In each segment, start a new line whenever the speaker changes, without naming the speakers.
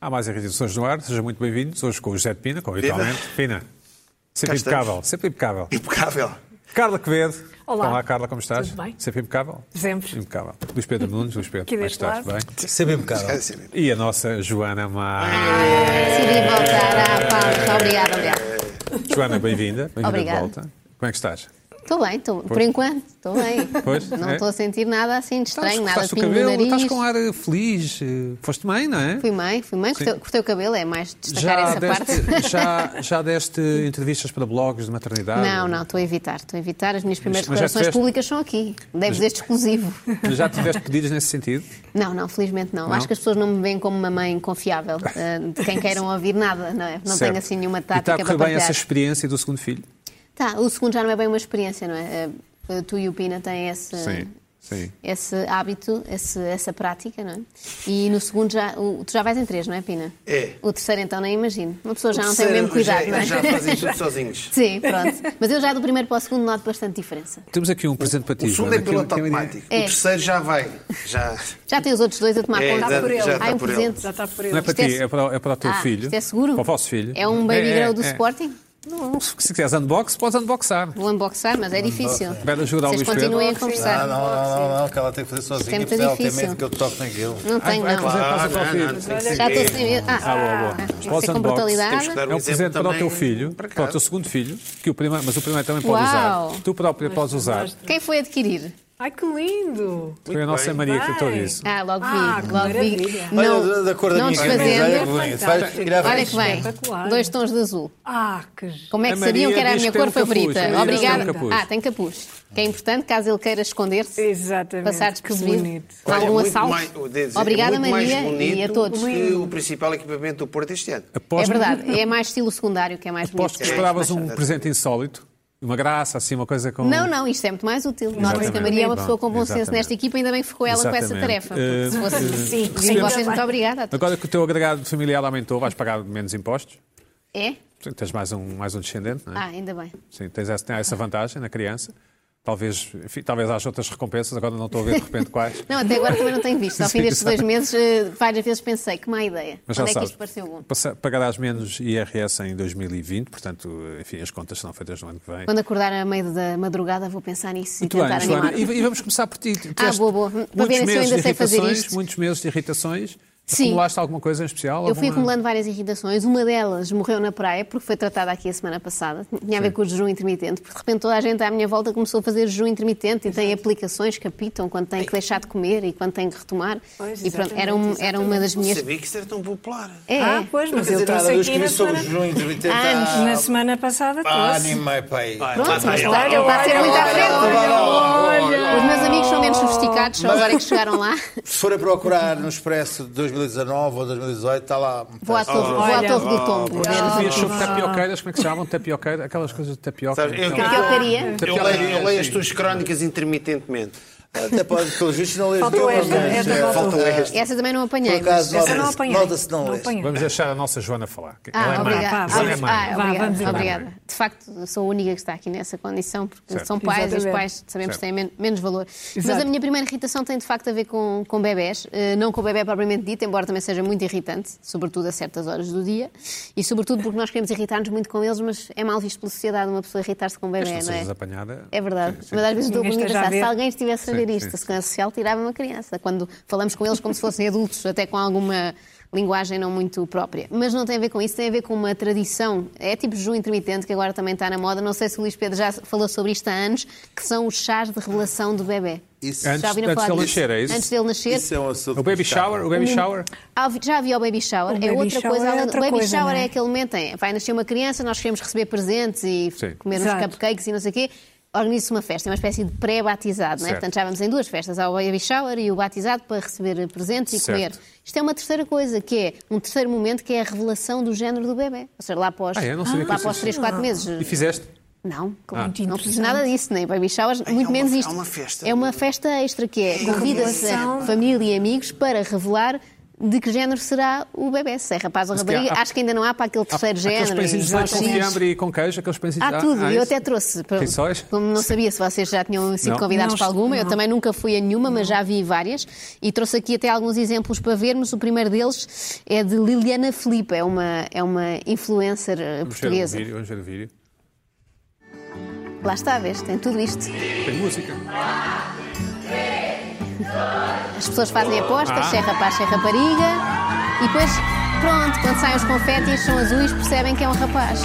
Há mais irritações no ar, sejam muito bem-vindos. Hoje com o José de Pina, com
Viva.
habitualmente. Pina, sempre
Cá estamos.
impecável, sempre impecável.
Impecável.
Tá,
Carla Quevedo.
Olá.
Olá, Carla, como estás?
Tudo bem?
Sempre impecável?
Sempre.
Impecável. Luís Pedro Nunes, Luís Pedro,
Aqui
como é que
deste
estás?
lado.
Bem?
Sempre impecável.
Sim, sim.
E a nossa Joana Mar.
Decidi voltar à pauta. Obrigada, obrigada.
Joana, bem-vinda. Bem-vinda de
Obrigada.
volta. Como é que estás?
Estou bem, estou- por enquanto, estou bem.
Pois,
não
é.
estou a sentir nada assim de estranho, nada de
cortaste o
pingo no
cabelo,
nariz.
estás com ar eh, feliz. eh, Foste mãe, não é?
Fui mãe, fui mãe, cortei, cortei o cabelo, é mais destacar essa parte.
deste, já, já deste entrevistas para blogs de maternidade?
Não, não, estou a evitar, estou a evitar. As minhas primeiras
Mas- mas já
declarações
tiveste-
públicas são aqui. Deves este exclusivo.
Mas Já tiveste pedidos nesse sentido?
Não, não, felizmente não. Acho que as pessoas não me veem como uma mãe confiável, eh, de quem queiram ouvir nada, não é? Não
Certo.
tenho assim nenhuma
E está
tática
a correr
para
bem
partilhar.
essa experiência do segundo filho?
Tá, o segundo já não é bem uma experiência, não é? Eh, Tu e o Pina têm esse,
Sim, sim.
esse hábito, esse- essa prática, não é? E no segundo já. o- tu já vais em três, não é, Pina?
É.
O terceiro, então, nem imagino. Uma pessoa já não tem o
Terceiro,
mesmo cuidado,
já,
não é?
Já fazem tudo sozinhos.
Sim, pronto. Mas eu já do primeiro para o segundo noto bastante diferença.
Temos aqui um presente para ti.
O segundo
Joana,
é piloto
que- que-
automático. O
É.
terceiro já vai. Já.
Já tem os outros dois a tomar
É,
conta.
já-
já está
Ai, um
por ele.
presente.
Já tá está por ele.
Não é para
Isto é
ti,
se-
é para, o- é para o teu
Ah,
filho.
Isto é seguro?
Para o vosso filho.
É um baby
É,
girl do
é, é.
Sporting?
Não, se quiseres unbox, podes unboxar.
Vou unboxar, mas é difícil.
Pede ajuda ao
Vocês
Luís
continuem a
Pedro.
Ah,
conversar.
não, não, não, não, que ela tem que fazer sozinha,
muito
porque ela tem
difícil.
medo que eu toque naquilo.
Não tenho,
vai fazer-
não.
Ah,
passa para o filho.
Já estou sem medo. Ah,
Ah, boa, boa.
tem que
Podes
ser com
unbox.
brutalidade.
Temos que
É
dar um
um presente
exemplo
para o teu
também
filho,
para cá.
para o teu segundo filho, que o primeiro, mas o primeiro também pode
Uau.
usar. Tu próprio podes usar.
Quem foi adquirir?
Ai, que lindo!
Foi a nossa
bem.
Maria que tentou
Bem.
isso.
Ah, logo vi,
Ah, que
logo
maravilha.
vi.
Olha,
Não,
da- da cor da
não
minha
desfazendo.
camisa, olha que
desfazendo.
bonito. Vai tirar
Olha
fotos.
que bem,
Espetacular.
dois tons de azul.
Ah, que giro.
Como é que
A
sabiam
Maria
que era a
diz
minha
que tem
cor
um capuz. A
favorita?
Maria diz que
Obrigada.
tem um capuz.
ah, tem capuz. Que é importante caso ele queira esconder-se.
Exatamente,
Passar
que
despercebido.
bonito.
Há
Olha,
Algum
muito
assalto.
mais- o dedo dizer,
Obrigada,
muito
Maria,
mais bonito
e a todos.
que o principal equipamento do Porto este ano.
É
Aposto,
verdade, é mais estilo secundário que é mais bonito.
aposto que
É,
esperavas
mais
um
tarde.
presente insólito, uma graça, assim, uma coisa com.
Não, não, isto é muito mais útil. Nota-se que a
Exatamente.
Maria é uma pessoa com bom
Exatamente.
senso nesta equipa, ainda bem que ficou ela com essa
Exatamente.
tarefa. Porque se
Eh,
fosse.
Sim,
Sim,
sim.
vocês, muito obrigada. a todos.
Agora que o teu agregado familiar aumentou, vais pagar menos impostos.
É?
Sim, Tens mais um, mais um descendente, não é?
Ah, ainda bem.
Sim, tens essa, tem essa vantagem na criança. Talvez, enfim, talvez haja outras recompensas, agora não estou a ver de repente quais.
Não, até agora também não tenho visto. Ao
Sim,
fim destes dois
exato.
meses, eh, várias vezes pensei, que má ideia.
Mas já
Onde é que
sabes,
isto pareceu bom?
passa- pagarás menos IRS em 2020, portanto, enfim, as contas serão feitas no ano que vem.
Quando acordar a meio da madrugada, vou pensar nisso
Muito
e
bem,
tentar
Joana,
animar. Ah,
e, e vamos começar por ti. Tiveste
boa, boa. Para
muitos
verem se eu
meses
ainda
de
sei fazer
irritações,
isto.
Muitos meses de irritações.
Sim.
Acumulaste alguma coisa em especial?
Eu fui
Alguma-
acumulando várias irritações. Uma delas morreu na praia, porque foi tratada aqui a semana passada. Tinha a ver com o jejum intermitente, porque de repente toda a gente à minha volta começou a fazer jejum intermitente e tem aplicações que apitam quando tem que deixar de comer e quando tem que retomar.
Pois,
e pronto, era, um-
exatamente,
era uma das
Não
minhas.
sabia que isso era tão popular.
É,
Ah,
é.
pois, mas
Quer
eu
dizer, nada, eu
trouxe aqui na
escrevi sobre
semana...
o Ah, junho intermitente
Antes,
há-
Na semana passada
há
trouxe.
anime, meu pai.
Pronto, mas
Vai,
está,
vai,
ele está a ser
olha,
muito à
olha,
frente.
Olha!
Os meus amigos são menos sofisticados, só agora é que chegaram lá.
Se for a procurar no Expresso de 2019 ou 2018, está tá lá.
Vou à Torre, vou à
Olha.
torre do Tombo.
Fias sobre tapioqueiras, como é que se chamam? Tapioqueira, aquelas coisas de tapioca.
Sabes, eu-
é
então.
Tapiocaria.
Eu leio, eu leio as tuas crónicas intermitentemente.
Até pode, pelos vistos, não lês
Faltou
nenhuma,
esta,
mas,
esta
eh,
faltou.
faltou esta.
Essa também não
Por
apanhei.
acaso,
mas-
Essa não
nota-se-
apanhei.
nota-se não leste.
apanhei.
Vamos deixar a nossa Joana falar. que ela
Ah,
é má.
obrigada.
Vá,
Ela é
vamos-
má.
Ah,
Vá,
obrigada,
vamos embora.
obrigada. De facto, sou a única que está aqui nessa condição, porque
Certo.
são pais e os
Exatamente.
pais sabemos que
Certo.
têm men- menos valor. Mas
Exato.
a minha primeira irritação tem de facto a ver com, com bebés, eh, não com o bebê propriamente dito, embora também seja muito irritante, sobretudo a certas horas do dia, e sobretudo porque nós queremos irritar-nos muito com eles, mas é mal visto pela sociedade uma pessoa irritar-se com um bebé,
Mas não
não é?
sejas apanhada.
É verdade.
Sim, sim.
Mas às vezes dou
Ninguém
comigo a
esteja a
pensar,
ver.
se alguém estivesse a ver
Sim,
isto,
sim,
a Segurança Social tirava uma criança. Quando falamos com eles como se fossem adultos, até com alguma linguagem não muito própria. Mas não tem a ver com isso, tem a ver com uma tradição. É tipo jejum intermitente, que agora também está na moda. Não sei se o Luís Pedro já falou sobre isto há anos, que são os chás de revelação do bebê.
Isso-
Antes-
já ouviram
antes
falar
dele
disso?
nascer, é isso?
Antes dele nascer,
Isso é um assunto
O baby
complicado.
shower, o baby
Hum.
shower.
Há- Ah, Já havia o baby shower,
O
é
baby
outra
shower
coisa.
é
além-
outra
o baby
coisa,
shower
não é?
é aquele momento em vai nascer uma criança, nós queremos receber presentes e
Sim.
comer uns
Exato.
cupcakes e não sei o quê. Organiza-se uma festa, é uma espécie de pré-batizado, não é?
Certo.
Portanto, já vamos em duas festas, há o baby shower e o batizado para receber presentes e
Certo.
comer. Isto é uma terceira coisa, que é um terceiro momento que é a revelação do género do bebê. Ou seja, lá após,
Ah, é? Não sabia que
lá
isso
após 3, 4 meses.
E fizeste?
Não, claro.
Ah.
Muito
não fiz
interessante.
nada disso, nem baby showers, muito
uma-
menos
há
isto.
uma festa.
É uma festa extra que é convida-se a família e amigos para revelar de que género será o bebê, se é rapaz ou
Mas que há-
rapariga.
há-
Acho que ainda não há para aquele terceiro
Aqueles
género.
pãezinhos de leite com
Exato.
fiambre e com queijo, aqueles pãezinhos... Ah, é
Há tudo, eu
isso?
até trouxe. para-
Rissóis?
Como não sabia se vocês já tinham sido
Não.
convidados
Não,
para alguma, eu
não.
também nunca fui a nenhuma, mas já vi várias. E trouxe aqui até alguns exemplos para vermos. O primeiro deles é de Liliana Felipe, é uma, é uma influencer eh,
Vamos ver o
portuguesa.
vídeo, vamos ver o vídeo.
Lá está, vês, tem tudo isto.
Tem música.
As pessoas fazem apostas,
Ah.
se é rapaz, se é rapariga. E depois, pronto, quando saem os confetis, são azuis, percebem que é um rapaz.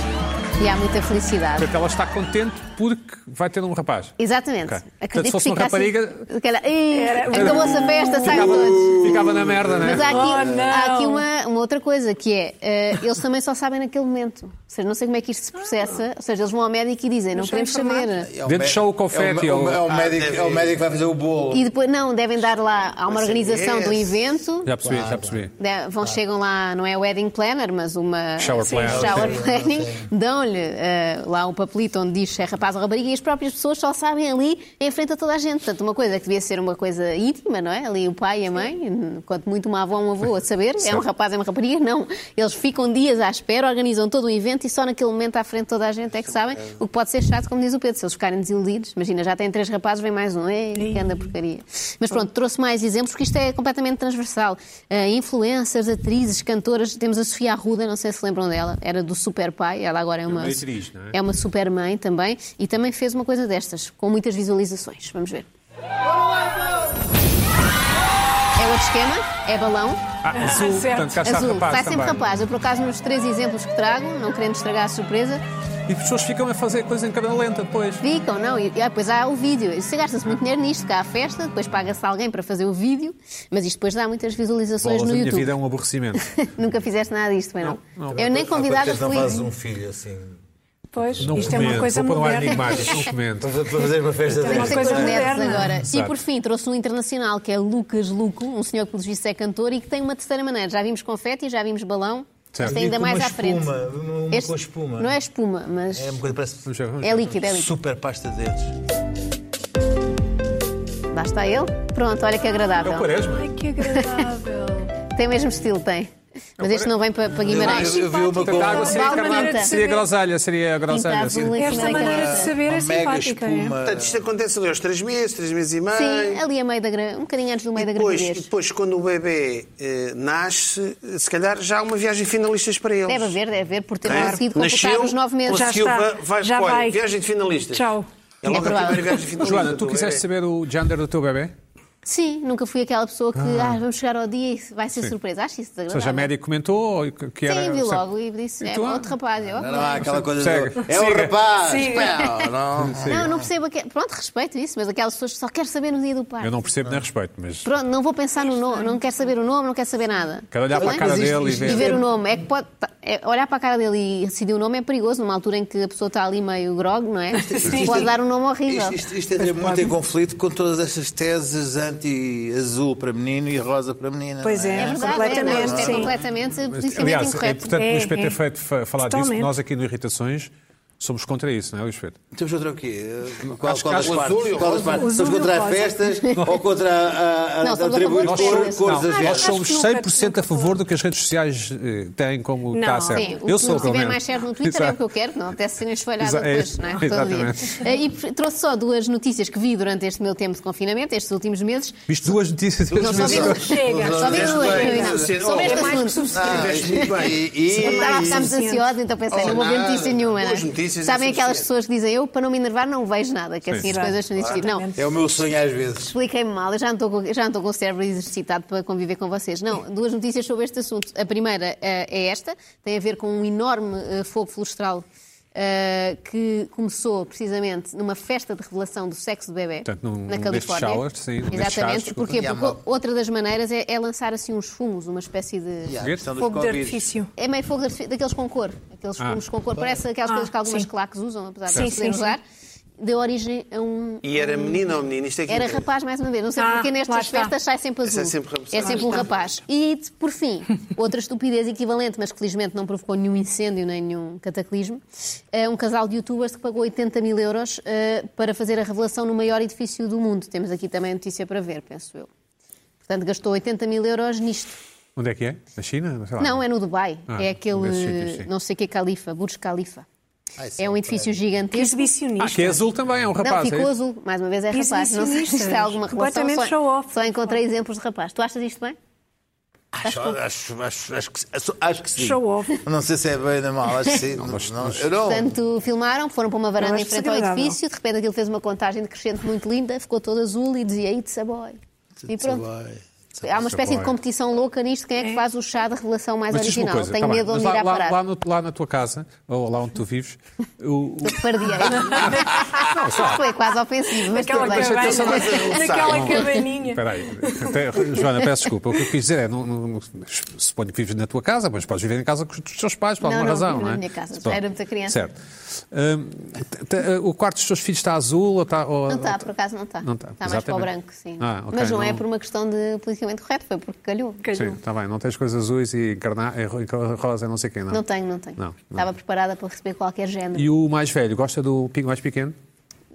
E há muita felicidade.
Portanto, ela está contente porque vai ter um rapaz.
Exatamente.
Ok. Portanto,
Acredito
se fosse
que
uma
fica assim-
rapariga-
se calhar, "Ih,
Era-
Acabou-se a festa, saiam todos.
Ficava na merda, não
Mas
é?
há aqui,
Oh, não.
há aqui uma, uma outra coisa que é, eh, eles também só sabem naquele momento. Ou seja, não sei como é que isto se processa. Ou seja, eles vão ao médico e dizem, não
Mas são
queremos
informados.
saber.
É o
Dentro
mé-
só o confete,
É o,
ou-
é o
Ah,
médico,
deve-
é o médico que vai fazer o bolo.
E depois, não, devem dar lá, há uma
Mas é
organização do
esse.
um-
evento.
Já percebi, já percebi.
De- vão, chegam lá, não é wedding planner, mas uma
Shower
Sim,
planner.
shower
Sim.
planning. Dão-lhe eh, lá um papelito onde diz se é rapaz ou rapariga e as próprias pessoas só sabem ali em frente a toda a gente. Portanto, uma coisa que devia ser uma coisa íntima, não é? Ali o pai e a mãe, quanto muito uma avó ou um avô a saber, é um rapaz, é uma rapariga, não. Eles ficam dias à espera, organizam todo o evento e só naquele momento à frente de toda a gente é que sabem, o que pode ser chato, como diz o Pedro, se eles ficarem desiludidos. Imagina, já tem três rapazes, vem mais um. Ei, que anda porcaria. Mas pronto, trouxe mais exemplos, porque isto é completamente transversal. Eh, influencers, atrizes, cantoras. Temos a Sofia Arruda, não sei se lembram dela, era do Super Pai, ela agora é uma,
atriz, não é?
é uma super mãe também, e também fez uma coisa destas, com muitas visualizações. Vamos ver. É outro esquema, é balão.
Ah, azul,
certo.
portanto, cá está
Azul,
rapaz
sai sempre
também.
rapaz. Eu, por acaso, nos três exemplos que trago, não querendo estragar a surpresa,
E as pessoas ficam a fazer coisas em câmera lenta depois.
Ficam, não? E, ah, pois há o vídeo. Isso gasta-se muito dinheiro nisto, cá há festa, depois paga-se alguém para fazer o vídeo, mas isto depois dá muitas visualizações
Bolas, a
no
minha
YouTube.
vida é um aborrecimento.
Nunca fizeste nada disto, bem, não?
Não, não.
Eu nem
Há quanto
convidada
tempo não
fui.
fazes um filho assim.
Pois,
Não
isto é
comento,
uma coisa
vou pôr um no ar
moderna.
imagens, não comento.
Para fa- para fazer uma festa
uma
Tem
dessas.
coisa
coisas
moderna.
netas agora. E
Exato.
por fim, trouxe um internacional que é Lucas Luco, um senhor que pelos vistos é cantor e que tem uma terceira maneira. Já vimos confete, já vimos balão,
Certo.
mas tem ainda
Com uma
mais à frente.
espuma, uma
Este
com espuma.
Não é espuma, mas
É uma coisa parece
Vamos ver, vamos
é
ver.
líquido, é líquido.
super pasta de dentes.
Lá está ele. Pronto, olha que
É
agradável.
o Quaresma.
Ai, que agradável.
Tem o mesmo estilo, tem. Mas este não vem para, para Guimarães.
Ah, Eu, eu vi uma
Portanto, a água
com
seria,
Balma
encarnada-
tinta.
seria groselha, seria groselha.
azul
assim.
em
Esta
cima da
maneira
cabeça.
de saber é
uma mega
simpática. é?
espuma.
Portanto, isto acontece ali aos três meses, três meses e meio.
Sim, ali a meio da gra... um bocadinho antes do meio da
Depois, e
gravidez.
depois, quando o bebê eh, nasce, eh, se calhar já há uma viagem de finalistas para eles.
Deve haver, deve haver, por ter
É?
conseguido completar
Nasceu,
os nove meses.
Já
Conseguiu,
está.
va- vai,
Já
olha,
vai.
Viagem de finalistas.
Tchau.
É logo
É
a
provável.
primeira viagem de finalistas.
Joana, tu
do
quiseste
bebê.
saber o gender do teu bebê?
Sim, nunca fui aquela pessoa que ah, vamos chegar ao dia e vai ser surpresa. Acho isso
Ou seja, a
desagradável.
médica comentou que que era...
Sim, vi logo e disse, é
tu, ah,
outro rapaz. Eu,
Não, não há aquela coisa.
Segue.
do- É um
Siga.
rapaz!
Siga.
Não, não.
não, não percebo. aque- Pronto, respeito isso, mas aquelas pessoas que só querem saber no dia do parto.
Eu não percebo nem respeito, mas
Pronto, não vou pensar no nome, não quero saber o nome, não quero saber nada.
Quero olhar
Tudo
para a cara
Mas
dele e ver.
E ver o nome. É que pode, tá- é, olhar para a cara dele e decidir o nome é perigoso, numa altura em que a pessoa está ali meio grog, não é? Pode dar um nome horrível.
Isto, isto, isto entra muito em conflito com todas estas teses anti-azul para menino e rosa para menina.
Pois
não
é.
É verdade,
Completamente,
é, não, isto é
sim.
completamente politicamente
Aliás, é
incorreto.
importante
É,
o Lispeto
é.
ter feito fa- falar disso, porque
Totalmente.
nós aqui no Irritações somos contra isso, não é, Lispeto?
Estamos contra o quê? eh, Qual,
Acho
qual
que
das
acho
partes?
azul e o
Qual das
rosa.
partes?
O
Estamos
azul e o
contra as
rosa.
festas ou contra a, a,
Não, Ah,
a
estamos a
atribuir
favor
Nós
das
cor-
cores.
cores a
não, nós
géneros?
somos
Acho que nunca-
100% a favor do que as redes sociais eh, têm como
Não.
está certo.
Sim, o
eu
que
sou,
não
pelo
estiver
menos.
mais certo no Twitter é o que eu quero, não até serem esfalhadas
Exa- é
depois,
isso.
não é? Todo dia.
Exatamente.
Eh, E pr- trouxe só duas notícias que vi durante este meu tempo de confinamento, estes últimos meses.
Viste duas notícias.
Não só vi
Não,
duas.
Chega.
Só vi duas, não,
Sim,
Só vi
oh,
este
é mais
assunto.
Ah, e- e-
Eu estava a ficar
Suficiente.
ansiosa, então pensei,
Oh,
não vou ver
nada.
notícia nenhuma.
Boas
não é?
notícias é
Sabem aquelas
suficiente.
pessoas que dizem, eu para não me enervar não vejo nada, que assim as
Exato.
coisas não existem. Não,
É o meu sonho às vezes.
Expliquei-me mal, eu já não, estou com, já não estou com o cérebro exercitado para conviver com vocês. Não, duas notícias sobre este assunto. A primeira eh, é esta, tem a ver com um enorme eh, fogo florestal eh, que começou precisamente numa festa de revelação do sexo do bebê
Portanto, num-
na
num destes
Califórnia.
showers, sim, num destes showers,
Exatamente,
desculpa.
porque,
E há
porque
mal.
outra das maneiras é, é lançar assim uns fumos, uma espécie de.
E há a questão dos
Fogo de
Covid.
artifício.
É meio fogo de artifício- daqueles com cor. Aqueles
Ah.
fumos com cor. Parece aquelas
Ah,
coisas que algumas
sim.
claques usam, apesar de
Sim,
não poderem
sim, sim.
usar. Deu origem a um.
E era menino ou menino? Isto é que
Era
interessa.
rapaz, mais uma vez. Não sei
Ah,
porque
lá
nestas
está.
festas sai sempre
Essa
azul.
é sempre-
É sempre um rapaz. E, de- por fim, outra estupidez equivalente, mas que felizmente não provocou nenhum incêndio nem nenhum cataclismo. É um casal de youtubers que pagou 80 mil euros eh, para fazer a revelação no maior edifício do mundo. Temos aqui também a notícia para ver, penso eu. Portanto, gastou 80 mil euros nisto.
Onde é que é? Na China? Não, sei lá.
Não, é no Dubai.
Ah,
é
um desses sítios, sim.
aquele, não sei o que, Califa, Burj Khalifa.
Ah, isso
É um edifício
Ah,
gigantesco.
que é
Exibicionista.
azul também, é um
Não,
rapaz. é
ficou
isso?
azul. Mais uma vez é rapaz. Não sei se
Exibicionistas.
isto é alguma relação.
Completamente
Só-
show-off.
Só encontrei exemplos de rapaz. Tu achas isto bem?
Acho, acho, acho, acho, que, acho, acho que sim.
Show off.
Não sei se é bem ou mal, acho que sim. não, não, eu
Oh.
não,
Portanto, filmaram, foram para uma varanda
Eu acho
em frente ao
desagradável.
edifício, de repente aquilo fez uma contagem decrescente muito linda, ficou todo azul e dizia It's a boy. E pronto. Há uma espécie de
boy.
competição louca nisto, quem é que faz o chá de revelação mais
Mas diz uma
original.
coisa,
Tenho
tá bem,
medo de
mas
onde
lá,
irá
lá-
parar.
lá no- lá na tua casa, ou lá onde tu vives, o, o-
Eu pardiei. Foi quase ofensivo, mas
Naquela
tudo bem.
cabaninha. Naquela cabaninha.
um Espera aí. Até- Joana, peço desculpa. O que eu quis dizer é, não, não- não- suponho que vives na tua casa, mas podes viver em casa com os dos teus pais, por
Não,
alguma
não,
razão,
vivo
não é?
na minha casa, já
Pronto.
era muita criança.
Certo. Hum, te- te- o quarto dos teus filhos está azul ou está... ou-
Não está,
ou- tá?
por acaso não está.
Não está,
mais para o
exatamente.
branco, sim.
Ah, ok,
Mas não, é
não-
por uma questão de politicamente correto, foi porque calhou.
Sim,
Calhou.
está bem. Não tens coisas azuis e encarna- e ro- e rosa, e não sei quem, não?
Não tenho, não tenho.
Não, não.
Estava preparada para receber qualquer género.
E o mais velho, gosta do pingo mais pequeno?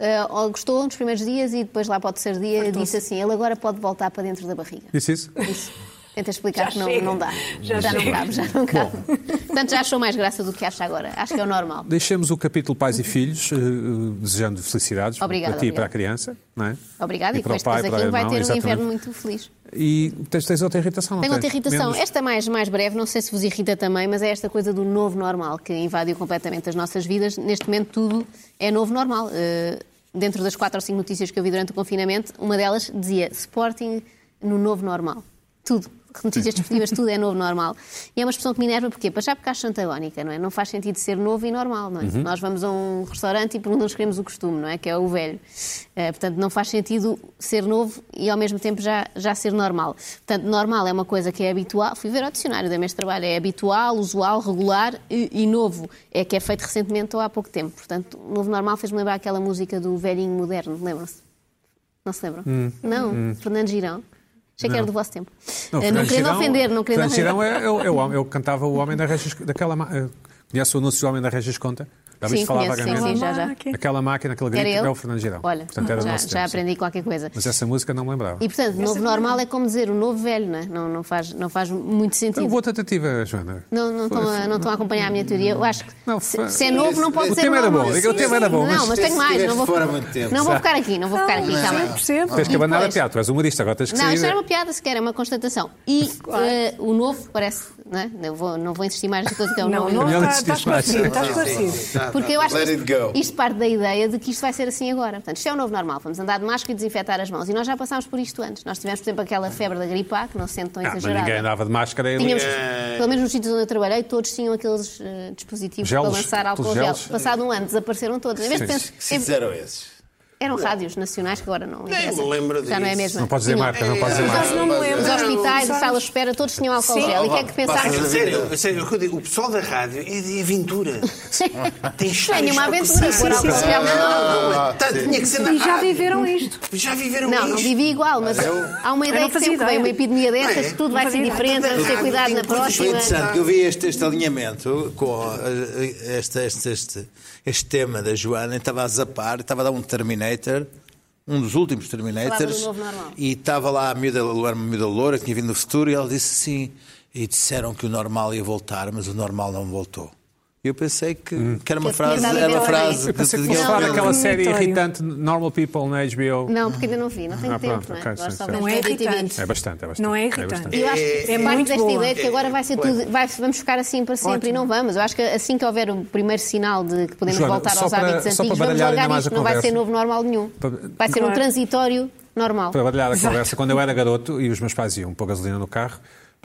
Ah, ou gostou nos primeiros dias e depois lá para o terceiro dia disse assim, ele agora pode voltar para dentro da barriga.
Disse isso?
Isso. Tenta explicar
Já
que não,
chega.
não dá.
Já
não
chega.
cabe, já não cabe. Portanto, já achou mais graça do que acha agora. Acho que é o normal.
Deixemos o capítulo pais e filhos, eh, eh, desejando felicidades
Obrigada,
para ti e para a
obrigada.
criança, não é?
Obrigada, e,
para
com
o
este
pai, para o
casaquinho vai
irmão,
ter um
exatamente.
inverno muito feliz.
E tens, tens outra irritação, não
Tenho outra
tens?
irritação.
Menos-
Esta mais, mais breve, não sei se vos irrita também, mas é esta coisa do novo normal que invadiu completamente as nossas vidas. Neste momento tudo é novo normal. Eh, dentro das quatro ou cinco notícias que eu vi durante o confinamento, uma delas dizia Sporting no novo normal. Tudo. Notícias desportivas, tudo é novo normal. E é uma expressão que me enerva porquê? Para já porque acho antagónica, não é? Não faz sentido ser novo e normal, não é?
Uhum.
Nós vamos a um restaurante e perguntamos se queremos o costume, não é? Que é o velho. Eh, portanto, não faz sentido ser novo e ao mesmo tempo já, já ser normal. Portanto, normal é uma coisa que é habitual. Fui ver ao dicionário da mestre trabalho, é habitual, usual, regular e, e novo. É que é feito recentemente ou há pouco tempo. Portanto, o novo normal fez-me lembrar aquela música do velhinho moderno, lembram-se? Não se lembram?
Hum.
Não, Fernando Girão. Achei que era do vosso tempo. Eh, Não,
Fernando
querendo
Girão-
ofender, não querendo
Fernando
ofender.
Girão é, é, o- é o homem- é o que cantava o Homem da Regis... daquela... ma- eh, Conhece o anúncio do Homem da Regis Conta? Já
Sim,
ouviste falar
conheço, sim,
vagamente?
sim, já, já.
Aqui.
Aquela máquina, aquele grito,
Era ele?
é o Fernando Girão.
Olha,
Portanto, era do
já,
nosso
já
tempo, sim.
aprendi qualquer coisa.
Mas é essa música não me lembrava.
E, portanto, novo normal é como dizer o novo velho, não é? Não, não, faz, não faz muito sentido.
Então, boa tentativa, Joana.
Não, não, estão a, não estão a acompanhar a minha teoria. Eu acho que
Não,
se,
foi-
se é novo não pode
o
ser
tema era
normal.
bom, diga, o tema era bom,
Não,
mas
mas tenho
se
mais.
estiveste
Não vou,
fora muito tempo,
não vou
já.
ficar aqui, não é vou ficar aqui, tá calma.
Percebo, percebo.
Tens que abandonar a
depois-
teatro, és humorista, agora tens que
Não,
sair.
isto não era uma piada sequer, é uma constatação. E eh, o novo parece. Não, é? Eu vou, não vou insistir mais na coisa que é o
Não,
novo.
não
tá,
Daniela
está
disse
está
mais.
esclarecido. Está esclarecido.
Ah, tá.
Porque eu acho que
Let it go.
isto, isto parte da ideia de que isto vai ser assim agora. Portanto, isto é o novo normal. Vamos andar de máscara e desinfetar as mãos. E nós já passámos por isto antes. Nós tivemos, por exemplo, aquela febre da gripe A, que não se sente tão
Ah, mas
exagerada.
ninguém andava de máscara. e-
Tínhamos, pelo menos nos sítios onde eu trabalhei, todos tinham aqueles eh, dispositivos
Gelos,
para lançar álcool
aqueles
gel.
gelos.
Passado um ano, desapareceram todos. Em vez de
Sim.
pensar-
Que se fizeram esses?
eram rádios nacionais que agora não.
Nem
interessa.
me lembro
Já não é
disso.
mesmo.
Não podes dizer marca, não podes dizer
Por acaso
marca.
não me lembro.
Os hospitais, as salas de espera, todos tinham álcool gel. E o que é que pensaram?
Passas a vida.
Sério, sério, o que eu digo, o pessoal da rádio é de aventura. Tem histórias
Tenho uma
para
aventura.
contar.
agora álcool gel não.
Ah, tá, tinha que ser na
E já
rádio.
viveram isto.
Já viveram
Não,
isto.
não vivi igual, mas há uma ideia
não
que
fazia
sempre que
ideia.
vem uma epidemia
Não é?
dessas, tudo
Não
vai ser
fazia ideia.
diferente, vamos ter cuidado na
Foi
próxima. Ah.
interessante que eu vi este, este alinhamento com a- a- este, este, este, este tema da Joana. e Estava a zapar, estava a dar um Terminator, um dos últimos Terminators.
Falava do novo normal.
E estava lá a miúda, a miúda loura que tinha vindo do futuro e ela disse assim. E disseram que o normal ia voltar, mas o normal não voltado Eu pensei que, que era uma
Que
frase,
tinha dado
era uma
a ver
frase
também.
Hum. Eu pensei que fosse
tinha-
falar
Não, não.
daquela série
Dormitório.
irritante Normal People na HBO.
Não, porque ainda não vi, não tenho
Ah,
tempo,
pronto,
não é?
ok,
Agora
sim,
só
sim.
vejo
Não é
20 e 20.
É bastante, é bastante.
Não é
bastante.
irritante.
Eu acho que
É
parte
muito
desta
boa.
ideia de que agora vai ser tudo, vai- vamos ficar assim para sempre e não vamos. Eu acho que assim que houver o primeiro sinal de que podemos
Joana,
voltar
só
aos
para-
hábitos
só para
antigos, vamos
baralhar ainda
largar
mais
isto.
a
Não vai
conversa.
ser novo normal nenhum.
Para-
Vai ser um
Claro.
transitório normal.
Para baralhar a conversa, quando eu era garoto e os meus pais iam pôr gasolina no carro,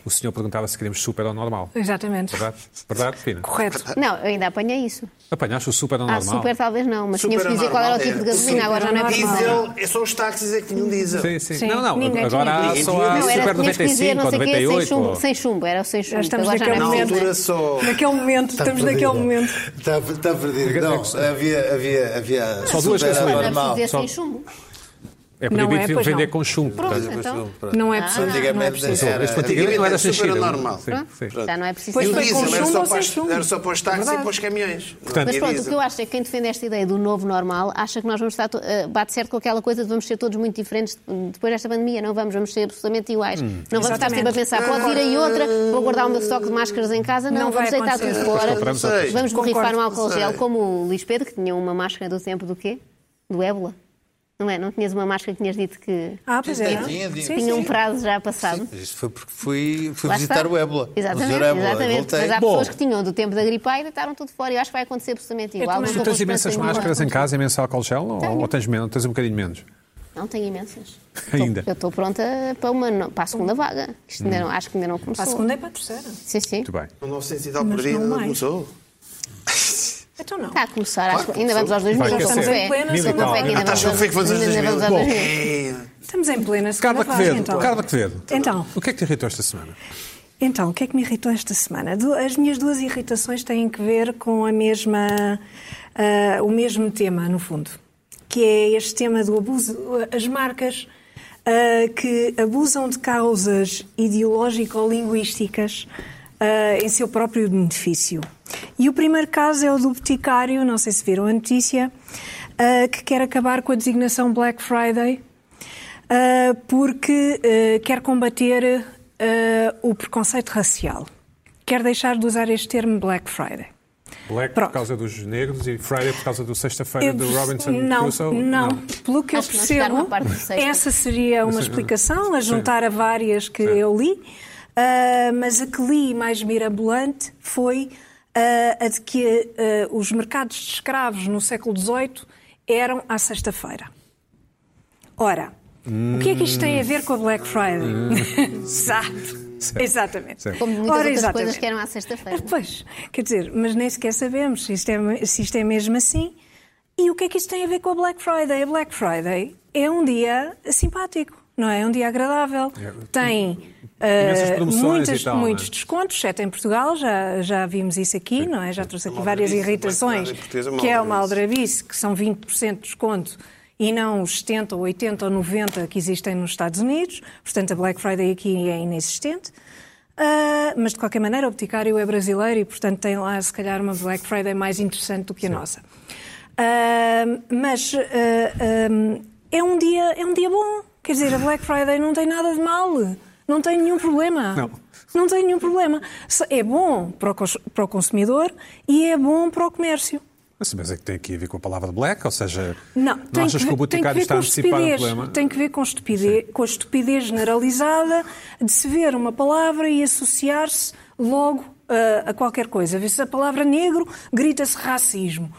o senhor perguntava se queríamos super ou normal.
Exatamente.
Verdade? Verdade, Pina?
Correto.
Não, eu ainda apanhei isso.
Apanhaste o super ou
Ah,
normal?
super talvez não, mas tínhamos
Super
que dizer qual era o
normal,
tipo de
é.
gasolina, agora não
Super
é
normal.
possível.
Diesel, é só os táxis é que tinham diesel.
Sim, sim.
Sim.
Não, não.
Ninguém
agora
tinha
há
dito.
só há
Não, era,
super
tínhamos que
95
dizer não
ou
sei o quê, um, sem
98.
chumbo,
ou-
sem chumbo, era o sem chumbo.
Já estamos um
agora já
naquele
não é
Na
momento.
possível.
altura só.
Naquele momento,
Tá
estamos naquele momento.
Está, está perdido. Não, tá havia, havia, havia
Só duas
super
gasolina.
Era preciso
anormal.
dizer
Só-
sem chumbo.
É
Não é,
proibido
pois não.
vender com chumbo.
Pronto,
portanto.
então.
Não é possível. não é
Antigamente
possível.
era-
Isso antigamente tipo não era
Antigamente
xixi.
era
não.
normal.
Sim, sim.
Já não é preciso.
Pois
E
ser
o
foi
diesel
com
era
chumbo
só para
ou sem
os,
chumbo?
era só para os táxis e
Verdade.
para os caminhões.
Mas
E
pronto, o
diesel.
que eu acho é que quem defende esta ideia do novo normal acha que nós vamos estar. to- eh, bate certo com aquela coisa de vamos ser todos muito diferentes hum, depois desta pandemia. Não vamos, vamos ser absolutamente iguais.
Hum.
não vamos estar
Exatamente.
sempre a pensar, pode vir aí outra, vou guardar o meu estoque de máscaras em casa. Não,
Não vai
vamos deitar
acontecer.
tudo
Depois
fora.
compramos outras.
Vamos
Concordo,
borrifar um álcool
sei.
gel, como o Luís Pedro, que tinha uma máscara do tempo do quê? Do ébola. Não é? Não tinhas uma máscara que tinhas dito que
Ah, pois é.
Tinha, tinha.
Sim,
tinha um
sim.
prazo já passado.
Mas Isto foi porque fui, fui
Lá
visitar
está.
o Ébola.
Exatamente,
O Dr. Ébola.
exatamente.
Voltei.
Mas há
Bom.
pessoas que tinham do tempo da gripe A e deitaram tudo fora. Eu acho que vai acontecer absolutamente igual.
também.
Mas
Tu
vou
tens imensas
pensar em-
máscaras em casa, imenso álcool gel ou, ou tens, menos, tens um bocadinho menos?
Não, tenho imensas.
Ainda.
Eu estou pronta para, uma, no- para a segunda vaga. Isto ainda não, acho que ainda não começou.
Para a segunda e para a terceira.
Sim, sim.
Muito bem.
Com 900 e tal
Mas
por dia,
não
não
mais.
começou?
Então não.
Está a começar, acho que ainda vamos aos dois
Vai
minutos.
aquecer.
Estamos bem.
Mil e
Estamos
tal.
bem, ainda
Ah,
vamos
Estás a
aos-
ver que fazes os
ainda Tá, vamos aos dois
2000?
minutos.
É.
Estamos em plena segunda
Carla
fase,
Quevedo,
então.
Carla Quevedo.
Então.
O que é que te irritou esta semana?
Então, o que é que me irritou esta semana? Du- As minhas duas irritações têm que ver com a mesma, ah, o mesmo tema, no fundo, que é este tema do abuso, as marcas ah, que abusam de causas ideológico-linguísticas ah, em seu próprio benefício. E o primeiro caso é o do Boticário, não sei se viram a notícia, ah, que quer acabar com a designação Black Friday Uh, porque uh, quer combater uh, o preconceito racial. Quer deixar de usar este termo Black Friday.
Black
Pronto.
por causa dos negros e Friday por causa do sexta-feira do
Eu-
Robinson
não,
Crusoe?
Não, pelo que
Acho
eu
que nós chegaram à
percebo,
parte do sexto.
essa seria uma explicação, a juntar a várias que eu li, Ah, mas a que li mais mirabolante foi ah, a de que ah, os mercados de escravos no século XVIII eram à sexta-feira. Ora, o que é que isto tem a ver com a Black Friday? Exato. Exatamente.
Certo.
Como muitas outras coisas que eram à sexta-feira.
Ah, Pois, quer dizer, mas nem sequer sabemos se isto, é, se isto é mesmo assim. E o que é que isto tem a ver com a Black Friday? A Black Friday é um dia simpático, não é? É um dia agradável. Tem
Imensas
ah,
promoções e
muitas,
tal, não é?
muitos descontos, exceto em Portugal, já, já vimos isso aqui, não é? Já trouxe aqui várias
aldrabice,
irritações,
Black Friday portuguesa é uma
que é uma
aldrabice.
aldrabice, que são 20% de desconto e não os 70 ou 80 ou 90 que existem nos Estados Unidos. Portanto, a Black Friday aqui é inexistente. Ah, mas, de qualquer maneira, o Boticário é brasileiro e, portanto, tem lá, se calhar, uma Black Friday mais interessante do que a nossa. Ah, mas ah, ah, é, um dia, é um dia bom. Quer dizer, a Black Friday não tem nada de mal. Não tem nenhum problema.
Não.
Não tem nenhum problema. Só- É bom para o cons- para o consumidor e é bom para o comércio.
Mas, mas é que tem aqui a ver com a palavra black, ou seja,
Não, tem
achas que, o
ver- tem
boticário
ver
está a
com
antecipar o
estupidez.
problema?
Tem que ver com estupidez, com a estupidez generalizada de se ver uma palavra e associar-se logo ah, a qualquer coisa. Vê-se a palavra negro, grita-se racismo.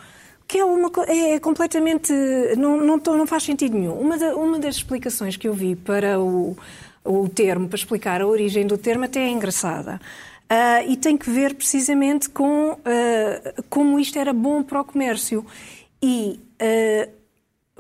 Que é, uma, co- é completamente. Não, não, to- não faz sentido nenhum. Uma, da- uma das explicações que eu vi para o, o termo, para explicar a origem do termo, até é engraçada. Ah, e tem que ver precisamente com ah, como isto era bom para o comércio. E ah,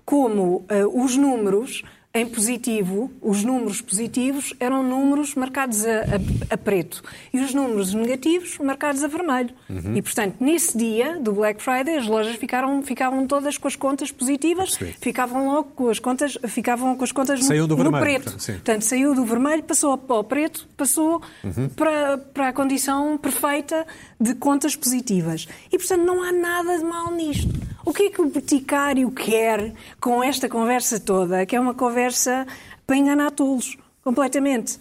como eh, os números em positivo, os números positivos eram números marcados a, a- a preto e os números negativos marcados a vermelho. E, portanto, nesse dia do Black Friday, as lojas ficaram, ficavam todas com as contas positivas,
Percebi.
ficavam logo com as contas, ficavam com as contas
Saiu
no,
do
no
vermelho,
preto.
portanto, sim.
Portanto, saiu do vermelho, passou para o preto, passou
Uhum.
para, para a condição perfeita de contas positivas. E, portanto, não há nada de mal nisto. O que é que o boticário quer com esta conversa toda? Que é uma conversa para enganar tolos, completamente.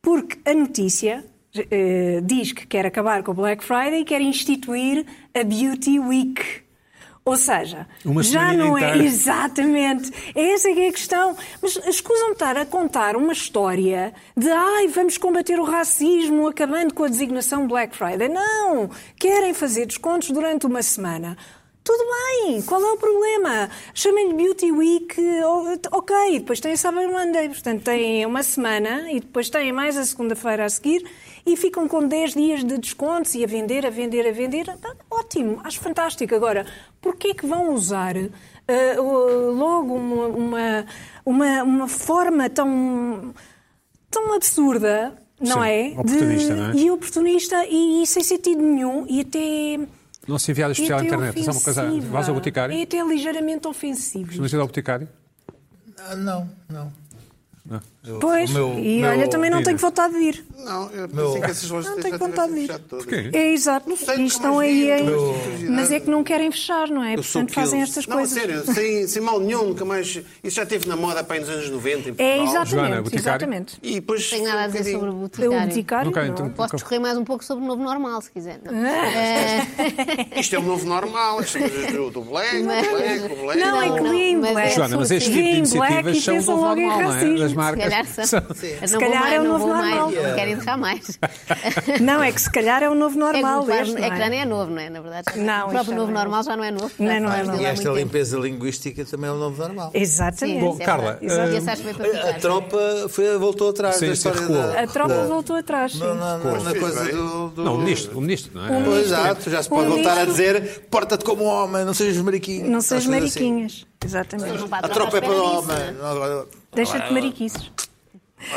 Porque a notícia eh, diz que quer acabar com o Black Friday e quer instituir a Beauty Week. Ou seja,
Uma
já
semaninha
não é
inteira.
exatamente. Essa é que é a questão. Mas escusam-me estar a contar uma história de ai, vamos combater o racismo acabando com a designação Black Friday. Não! Querem fazer descontos durante uma semana. Tudo bem, qual é o problema? Chamem-lhe Beauty Week, o- ok, depois tem a Cyber Monday, portanto têm uma semana e depois têm mais a segunda-feira a seguir e ficam com 10 dias de descontos e a vender, a vender, a vender. Tá Ótimo, acho fantástico. Agora, porquê é que vão usar eh, o- logo uma, uma, uma, uma forma tão, tão absurda, não
Sim,
é? De-
oportunista, não é?
E oportunista e, e sem sentido nenhum e até.
Não se enviar especial à
até
internet. Isso é uma coisa.
ofensiva.
Vais ao boticário?
É até ligeiramente ofensivo.
Costumas ir ao boticário?
Ah, não, não. Eu-
Pois,
o meu-
e
meu-
olha, também não tenho vontade de ir.
Não, eu
Não.
pensei que essas lojas
Não
já
tenho
tivessem
vontade de ir.
fechado todas.
Porquê?
É exato.
Não sei, é
e
nunca
estão
mais
aí
vi,
em.
nunca mais tive curiosidade.
Mas é que não querem fechar, não é?
Eu sou
Portanto, fazem
aqueles-
estas
Não, a
coisas.
sério, sem, sem mal nenhum, nunca mais. Isso já teve na moda para aí nos anos 90 em Portugal.
É exatamente.
Joana, o boticário?
exatamente.
E depois.
Não tenho nada a dizer
um
sobre o
bocadinho-
boticário.
O boticário,
Nunca,
não. é?
então-
Posso discorrer mais um pouco sobre o novo normal, se quiser. Não.
Isto é o novo normal, as coisas do, do black, o
Mas-
black, o black.
Não, é
Não,
que
não,
vim
mas é
black.
Joana, mas este
Sim.
tipo de
Vim black e
iniciativas são o
pensam
novo
logo em
normal, não é? Das
racismo.
Se
marcas.
calhar são. Mas
Se
não vou
calhar
mais,
é o
não
novo
vou
normal.
mais, não quero entrar mais.
Não, é que se calhar é o novo
É que
normal.
o par-
este, não
é que já
é?
nem é novo, não é? Na verdade.
Não,
o
isto
próprio
já
novo
não é
normal já não é novo.
Não,
já
não é
faz
novo.
dele
E
há
esta
muito tempo.
limpeza linguística também é o novo normal.
Sim,
Exatamente.
Bom,
isso é
Carla,
verdade. é. Exato,
hum,
esse acho que foi para um
Olha, A
ficar.
tropa foi- voltou atrás
Sim,
da
sim,
história
recuou.
da-
A tropa voltou atrás. sim.
na, na- na- na coisa do, do-
Não, o ministro, o ministro, não é?
Pois, Exato, já se pode
O
voltar a
ministro-
dizer porta-te como um homem, não sejas mariquinho.
Não sejas
Estás a fazer assim.
mariquinhas. Exatamente.
Pá,
A tropa é para
espera
o
disso,
homem. Não, agora-
Deixa-te mariquices.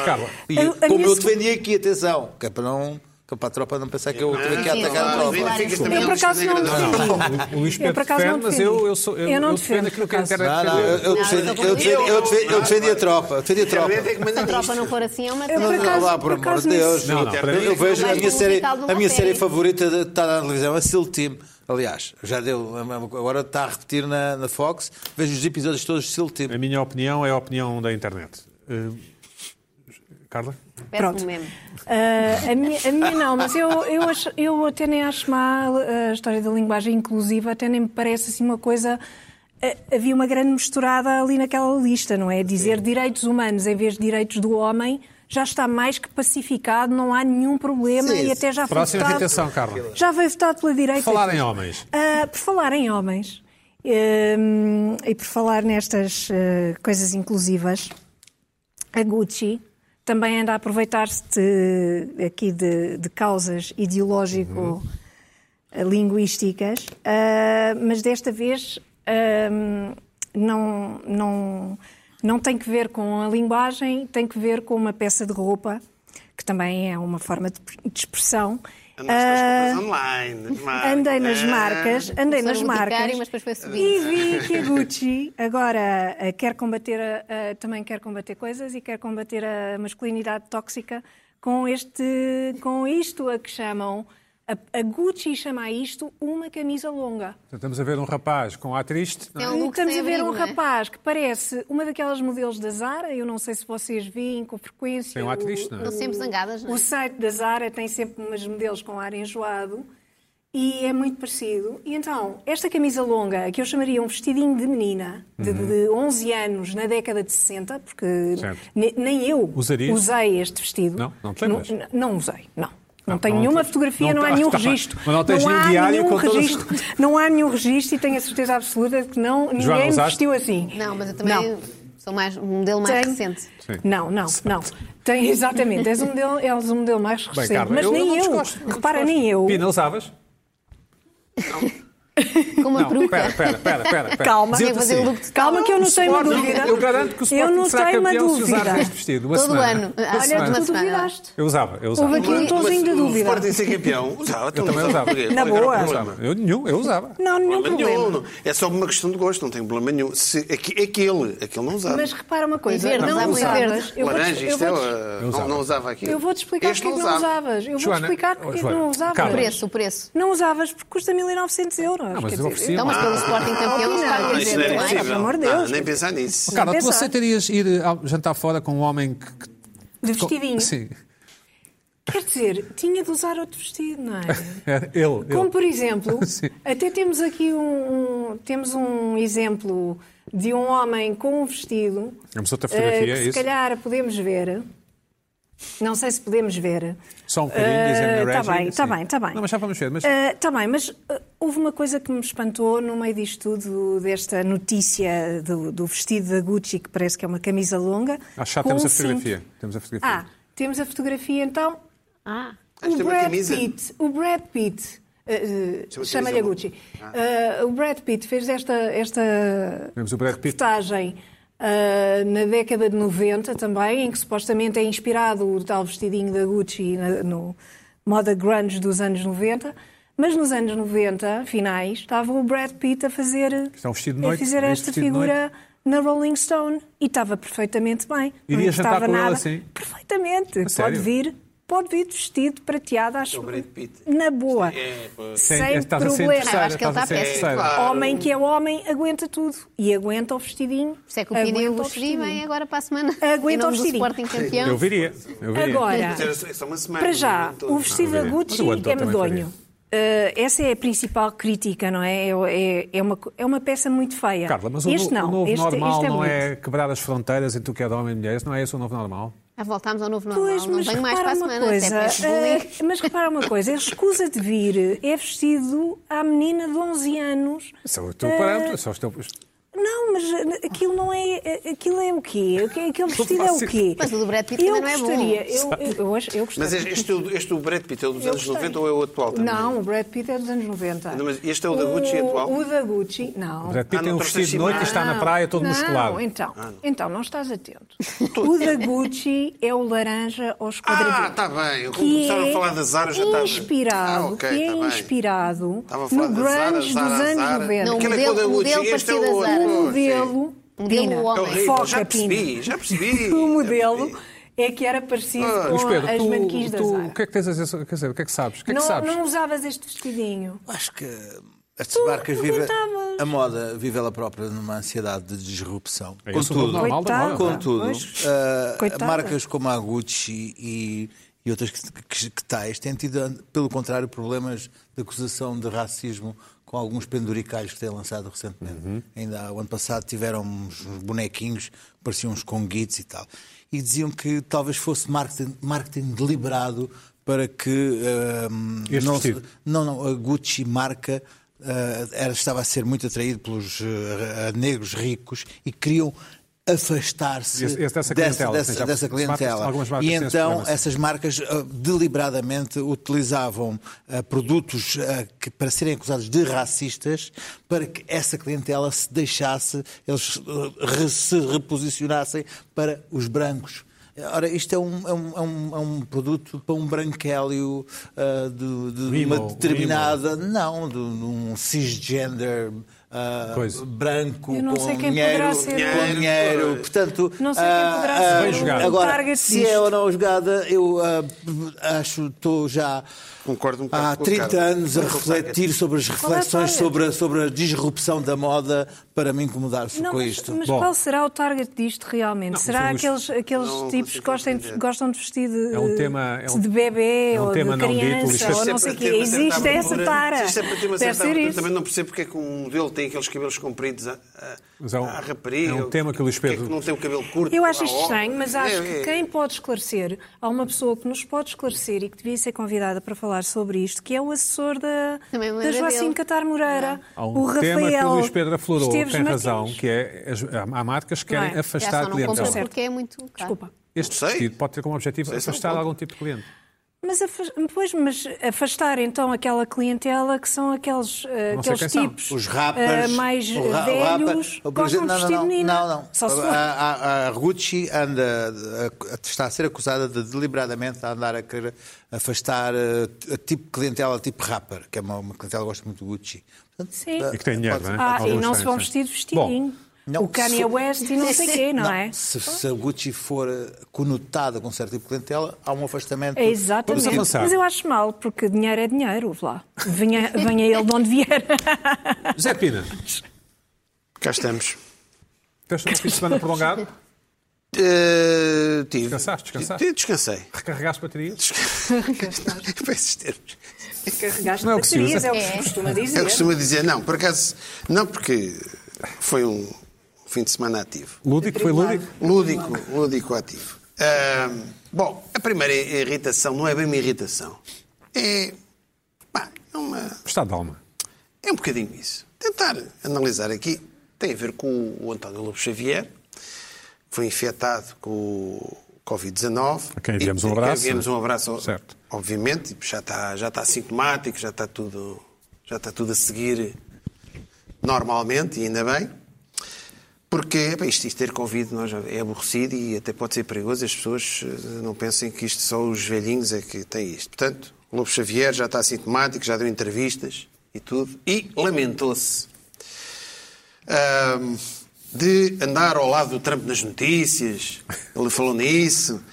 Carla, e-
Eu- a
Como
minha
eu
se-
te vendi aqui, atenção, que é para, não, que é para a tropa não pensar que
Ah,
eu tive que
sim,
atacar a
não,
tropa.
não,
Ficas
Eu,
também
por
a lista
acaso, não
negra da-
defendi.
o Luís
Eu,
Pedro
por acaso,
defende,
não
mas eu,
defendi.
eu, sou, eu,
Eu não
defendo
defendo,
aquilo que
por
eu quero
Não, não, eu-
defender.
eu defendi- eu defendi- eu defendi- eu defendi a tropa. Eu defendi a tropa.
Realmente é que manda
A tropa não
nisto.
for assim é uma
Eu,
Não,
tropa.
não,
acaso-
lá, por
por
amor de
acaso
Deus.
nisso-
Não, não, para
eu,
mim-
eu vejo a
Mas
minha
o
série,
musical de uma
a minha série
série.
favorita de- está na televisão, a Seal Team. Aliás, já deu, é agora está a repetir na, na Fox. Vejo os episódios todos de Seal Team.
A minha opinião é a opinião da internet. Hum, Carla?
Péssimo
Pronto.
mesmo.
Ah, a, minha, a minha não, mas eu, eu, acho- eu até nem acho má a história da linguagem inclusiva, até nem me parece assim uma coisa. ah, havia uma grande misturada ali naquela lista, não é? Dizer direitos humanos em vez de direitos do homem já está mais que pacificado, não há nenhum problema
Sim,
e até já foi
Próxima
votado.
irritação, Carla.
Já foi votado pela direita.
Falar em homens.
Ah, por falar em homens hum, e por falar nestas eh, coisas inclusivas, a Gucci também anda a aproveitar-se de- aqui de, de causas
Uhum.
ideológico-linguísticas, ah, mas desta vez hum, não, não, não tem que ver com a linguagem, tem que ver com uma peça de roupa, que também é uma forma de de expressão. Ah,
Andaste nas compras online. nas marcas. Ah.
Andei nas marcas, andei nas
Ah, Começou no
marcas
boticário, mas depois foi subindo.
e vi que a Gucci agora eh, quer combater, a- a- também quer combater coisas e quer combater a masculinidade tóxica com, este, com isto a que chamam, a, a Gucci chama a isto uma camisa longa.
Portanto, Estamos a ver um rapaz com ar triste. não é?
É um look
Estamos
sem
a ver
abrigo,
um
não é?
rapaz que parece uma daquelas modelos da Zara, eu não sei se vocês veem com frequência.
Tem um ar triste, não é?
Estão sempre zangadas, não é?
O site da Zara tem sempre umas modelos com ar enjoado e é muito parecido. E então, esta camisa longa, que eu chamaria um vestidinho de menina, de, de 11 anos, na década de 60, porque
Uhum. Certo.
ne- nem eu
Usarias?
usei este vestido.
Não? Não te lembras?
Não, não usei, não. Não,
Não,
tenho
não
nenhuma
te-
fotografia,
não
não, há
tá-
nenhum
tá bem.
registro.
Mas não tens nenhum
há
diário
nenhum
com todas as-
registro. Não há nenhum registro e tenho a certeza absoluta de que não, ninguém me
usaste?
vestiu assim.
Não, mas eu também
Não.
sou mais um modelo mais
Tenho.
recente.
Sim.
Não, não, não. Tem, exatamente, és um modelo, és um modelo mais recente.
Carla,
mas
eu- eu
nem
não
eu,
desgosto, não
repara, nem eu.
Pina, usavas?
Com uma
Não,
peruca.
pera, pera, pera, pera. pera.
Calma,
Dizia-te
Quer fazer
assim,
o look de
Calma que eu não tenho uma
Sporting-
dúvida.
Eu garanto que o
Eu
Sporting
não
será
tenho uma
campeão se usares
dúvida.
este vestido. Uma
Todo
semana.
ano.
Uma
Olha,
semana.
uma
Tu
semana.
duvidaste.
Eu usava, eu usava.
Houve aqui um
Mas
tonzinho de
o
dúvida.
Sporting ser campeão, usava. então
Eu também
não
usava.
porquê,
Na
qual era o
boa.
problema?
Eu nenhum, eu usava.
Não, nenhum problema.
não. É só uma questão de gosto, não tenho problema nenhum. Se, aqui- aquele, aquele não usava.
Mas repara uma coisa,
Em verde,
não
não usava.
usavas. Eu vou-te-
Laranja,
eu
isto é,
vou-te-
uh,
Eu usava.
não, não usava aquilo.
eu vou-te explicar
Este
porque é que não usavas. Eu vou-te
Joana,
explicar
oh,
porque é que
Joana,
não
O
calma.
usavas.
preço, o preço.
Não usavas porque custa 1900 euros.
Não, mas
quer
eu
dizer, é
ofereci
Então, mas pelo Sporting campeão, eles
não,
pagam
Ah, isso não
dizer,
era
não é?
pelo
possível.
amor de Deus.
Ah, nem pensar nisso.
Cara, tu
pensar.
aceitarias Então, ir eh, ao- jantar fora com um homem que... que-
De vestidinho.
Sim.
Quer dizer, tinha de usar outro vestido, não é?
Era Ele,
Como
ele.
por exemplo,
Sim.
até temos aqui um, um- temos um exemplo de um homem com um vestido.
Temos outra
eh,
fotografia,
que
é
se
isso?
calhar podemos ver. Não sei se podemos ver.
Só um bocadinho, diz a minha
Está
Reggie.
Eh, tá bem, está
Sim.
bem, está bem.
Não, mas já vamos ver, mas-
Está bem, mas eh, houve uma coisa que me espantou no meio disto tudo, desta notícia do, do vestido da Gucci, que parece que é uma camisa longa.
Acho que Ah, já
com
temos
um
a fotografia.
cinto.
Temos a fotografia.
Ah, temos a fotografia então.
Ah,
Acho que
O
tem uma
Brad
camisa.
Pitt, o Brad Pitt, eh, eh,
Chama-se
chama-lhe a
Isabel. Ah.
Gucci. Eh, o Brad Pitt fez esta, esta
Vemos o Brad Pitt.
reportagem eh, na década de 90 também, em que supostamente é inspirado o tal vestidinho da Gucci na- no moda grunge dos anos 90. Mas nos anos 90, finais, estava o Brad Pitt a fazer,
é um vestido de noite,
a fazer
é um
esta
vestido de noite.
figura na Rolling Stone e estava perfeitamente bem.
Iria
não
jantar
estava
com
nada.
ela assim?
Perfeitamente. pode
sério?
vir, pode vir vestido, prateado, acho
Brad Pitt.
na boa.
é.
É,
Sem-
Sem
estás a ser
problema.
Não, acho que
Estás
ele
a
tá
está
ser
péssimo.
terceira.
claro.
Homem que é homem aguenta tudo. E aguenta o vestidinho.
Por isso é que o Pina e o
aguenta
Buxeri vêm
vestidinho.
agora para a semana.
Aguenta
em
o
nome do
vestidinho.
Sporting campeão.
Eu viria. Eu viria.
Agora,
Mas é só uma semana.
para já,
não é?
o vestido da
Não,
Gucci
mas o Anton
é
também
medonho. Eh, essa é a principal crítica, não é? É, é- é uma, co- é uma peça muito feia.
Carla, mas o,
este
no-
não.
o novo
este,
normal
este é
não
bonito.
é quebrar as fronteiras entre o que é de homem e mulher? Isso não é esse o novo normal?
Já voltámos ao novo normal.
Pois,
não
mas
venho mais
repara
para a
uma
semana.
coisa.
Até por este bullying.
eh, mas repara uma coisa. Ele escusa de vir. É vestido à menina de 11 anos.
Isso é o teu
Eh,
parâmetro. Só o teu...
Não, mas eh, aquilo não é. eh, Aquilo é o quê? O quê- Aquele vestido é o
faço
quê?
Mas o do Brad Pitt
eu
também não é bom.
gostaria, Eu, eu, eu, acho- eu gostaria.
Mas este, este, é o- este é o Brad Pitt é o dos
Eu
anos
gostei.
90 ou é o atual também?
Não, o Brad Pitt é dos anos 90.
Não, mas este é o da Gucci
o,
atual?
O da Gucci, não.
O Brad Pitt
Ah, não
tem um
trouxe
vestido de
assim
noite e
nada.
está na praia todo
não,
musculado.
Então,
Ah,
então, não estás atento. O da Gucci é o laranja aos quadradinhos.
Ah, tá bem. Eu
que é
começaram a falar da Zara, já estava-
inspirado,
Ah, ok,
que é
tá bem.
inspirado
Estava a falar
no
da Zara,
grunge
Zara,
dos anos
Zara.
90.
Não, o
Aquele é com o
modelo-
da Gucci,
modelo
este é
parecido
o
da Zara.
outro,
O
Sim. Um
modelo,
Modelo
Pina,
É
homem.
horrível,
foca,
já percebi,
Pina.
já percebi.
o
já
modelo
percebi.
é que era parecido
Ah.
Luís
com
Pedro,
as
tu-
manequins da
tu-
Zara.
o que é que tens a dizer? Quer dizer, o que é que sabes? O que é que
Não,
sabes?
não usavas este vestidinho.
Acho que estas barcas
não
vivem.
aguentavas.
A moda vive ela própria numa ansiedade de disrupção.
É isso o
Contudo,
normal da moda.
Coitada.
contudo
Pois,
eh,
ah,
coitada.
marcas como a Gucci e, e outras que, que- que tais têm tido, pelo contrário, problemas de acusação de racismo com alguns penduricalhos que têm lançado recentemente. Ainda há- o ano passado tiveram uns bonequinhos, que pareciam uns conguites e tal. E diziam que talvez fosse marketing, marketing deliberado para que ah,
Este
não, se-
vestido.
não, não, a Gucci marca ah, era, estava a ser muito atraído pelos ah, ah, negros ricos e queriam afastar-se
Esse- esse dessa
dessa,
clientela,
dessa-
sim, já-
dessa
marcas-
clientela.
algumas marcas
e
têm esse
então
problema, sim.
essas marcas ah, deliberadamente utilizavam ah, produtos ah, que, para serem acusados de racistas para que essa clientela se deixasse, eles ah, re- se reposicionassem para os brancos. Ora, isto é um, é um, é um, é um produto para um branquélio ah, de, de
Rimo,
uma determinada. Não, de, um cisgender. ah,
Coisa.
branco
Eu não
com
sei quem
dinheiro,
poderá ser
com
o-
dinheiro, portanto
Não sei é quem
Ah,
poderá ser
Bem o jogado.
Agora,
target
se
disto.
é ou não jogada, eu ah, acho estou já
Concordo um bocado
há
com o
30
Carlos.
anos a
Concordo com o
refletir sobre as
é o
reflexões
target?
sobre a, sobre a disrupção da moda para me incomodar
Não,
com
mas,
isto.
mas
Bom.
qual será o target disto realmente? será
mas
aqueles, aqueles
não
tipos que
consigo
gostem,
compreender.
gostam de vestir de,
É um tema- é um-
de bebê
é um
ou
tema
de
não dito,
criança
Luís
Se
ou
é
não
para
sei o
ter
quê?
uma certa
Existe essa
abertura-
tara.
Se isto é para ter uma
Deve
certa
ser
abertura,
isso.
Também não percebo porque é que um modelo tem aqueles cabelos compridos à, à-
Mas é um-
à rapariga.
é um
ou
tema que o Luís
porque é
Pedro-
que não tem o cabelo curto.
Eu acho
à
isto
hora.
estranho, mas acho
É,
que
é.
quem pode esclarecer, há uma pessoa que nos pode esclarecer e que devia ser convidada para falar sobre isto, que é o assessor da,
Também me
da
lembro
Joacim
dele.
Catar Moreira,
Ah.
Há um
o Rafael.
tema que o Luís Pedro aflorou,
Esteves
tem razão,
Martins.
que é as- há marcas que
Não
querem
é?
Já
afastar
só
a
não compra
clientela.
certo.
porque é muito caro.
Desculpa.
Este
Sei.
vestido pode ter como objetivo
Sei se não
afastar
compro.
algum tipo de cliente.
Mas, afas- pois, mas afastar então aquela clientela que são aqueles, eh,
Não sei quem
aqueles
são.
tipos
Os rappers,
eh, mais
o ra- o rapper,
velhos
por
gostam
exemplo,
de
não,
vestir
não, não,
menina.
não, Ah, não.
Só se
A,
for.
a- a Gucci anda, a- está a ser acusada de deliberadamente a andar a querer afastar eh, t- tipo clientela, tipo rapper, que é uma, uma clientela que gosta muito de Gucci. Portanto,
Sim.
E que tem dinheiro, não é?
Ah, e
Alguns
não
têm,
se vão
sim.
vestir de
Bom,
vestidinho.
não,
o Kanye
se-
West e não sei quê, não, é?
Se, se a Gucci for eh, conotada com certo tipo de clientela, há um afastamento.
É
Vamos
exatamente.
avançar.
Mas eu acho mal, porque dinheiro é dinheiro, vá lá. Venha, venha ele de onde vier.
Zé Pina,
Cá estamos.
tens um fim de semana prolongado?
Eh, tive.
Descansaste, descansaste?
Tive- Descansei.
Recarregaste baterias?
Para esses termos.
Carregaste
Não é o que se
baterias,
usa.
é o que se costuma dizer.
Eu costumo dizer, não, por acaso, não porque foi um fim de semana ativo.
Lúdico, foi lúdico?
Lúdico, lúdico ativo. Ahm, bom, a primeira irritação não é bem uma irritação. É, pá, é, uma-
Está de alma.
é um bocadinho isso. Tentar analisar aqui tem a ver com o António Lobo Xavier, foi infectado com o Covid-19.
A quem
E-
enviamos um
a quem
abraço,
enviamos
né?
um abraço,
Certo.
obviamente, tipo, já está, já está sintomático, já está tudo, já está tudo a seguir normalmente, e ainda bem. Porque bem, isto, isto ter Covid nós, é aborrecido e até pode ser perigoso. As pessoas eh, não pensem que isto só os velhinhos é que têm isto. Portanto, o Lobo Xavier já está sintomático, já deu entrevistas e tudo. E lamentou-se. Ahm, de andar ao lado do Trump nas notícias, ele falou nisso.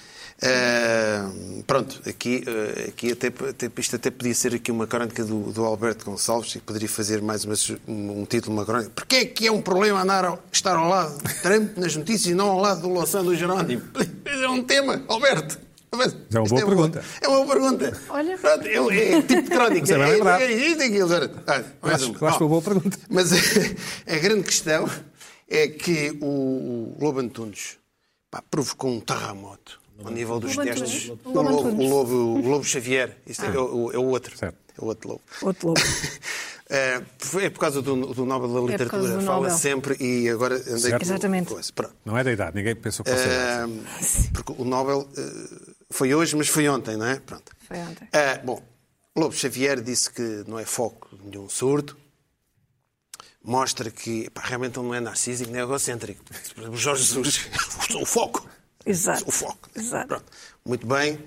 Ah, pronto, aqui, ah, aqui até, até, isto até podia ser aqui uma crónica do, do Alberto Gonçalves e poderia fazer mais uma su- um, um título, uma crónica. Porquê é que é um problema andar ao- estar ao lado do Trump nas notícias e não ao lado do Louçã do Jerónimo? É um tema, Alberto. Alberto,
É uma
isto
boa pergunta.
É uma boa pergunta.
Olha.
Pronto, é, é tipo de crónica.
Você vai lembrar.
É, é, isto e aquilo. Olha, mais
Acho-
uma.
acho uma boa pergunta.
Mas a grande questão é que o Lobo Antunes pá, provocou um terremoto ao nível dos
Lobo
testes.
Antunes.
O
Lobo
lobo,
Antunes. Ah.
o lobo, o lobo Xavier. Isto é, o- é o outro.
Certo.
É o outro lobo.
Outro lobo.
É, é por causa do, do Nobel da
É por causa
Literatura.
do
Fala
Nobel.
sempre e agora andei com
Exatamente.
coisa. Pronto.
Não é da idade, ninguém pensou que fosse da idade.
Ahm, porque o Nobel eh, foi hoje, mas foi ontem, não é? Pronto.
Foi ontem.
Ah, bom, Lobo Xavier disse que não é foco de nenhum surdo. Mostra que pá, realmente ele não é narcísico nem egocêntrico. Por exemplo, Jorge Jesus, o foco.
Exato.
é O foco.
Exato.
Pronto. Muito bem.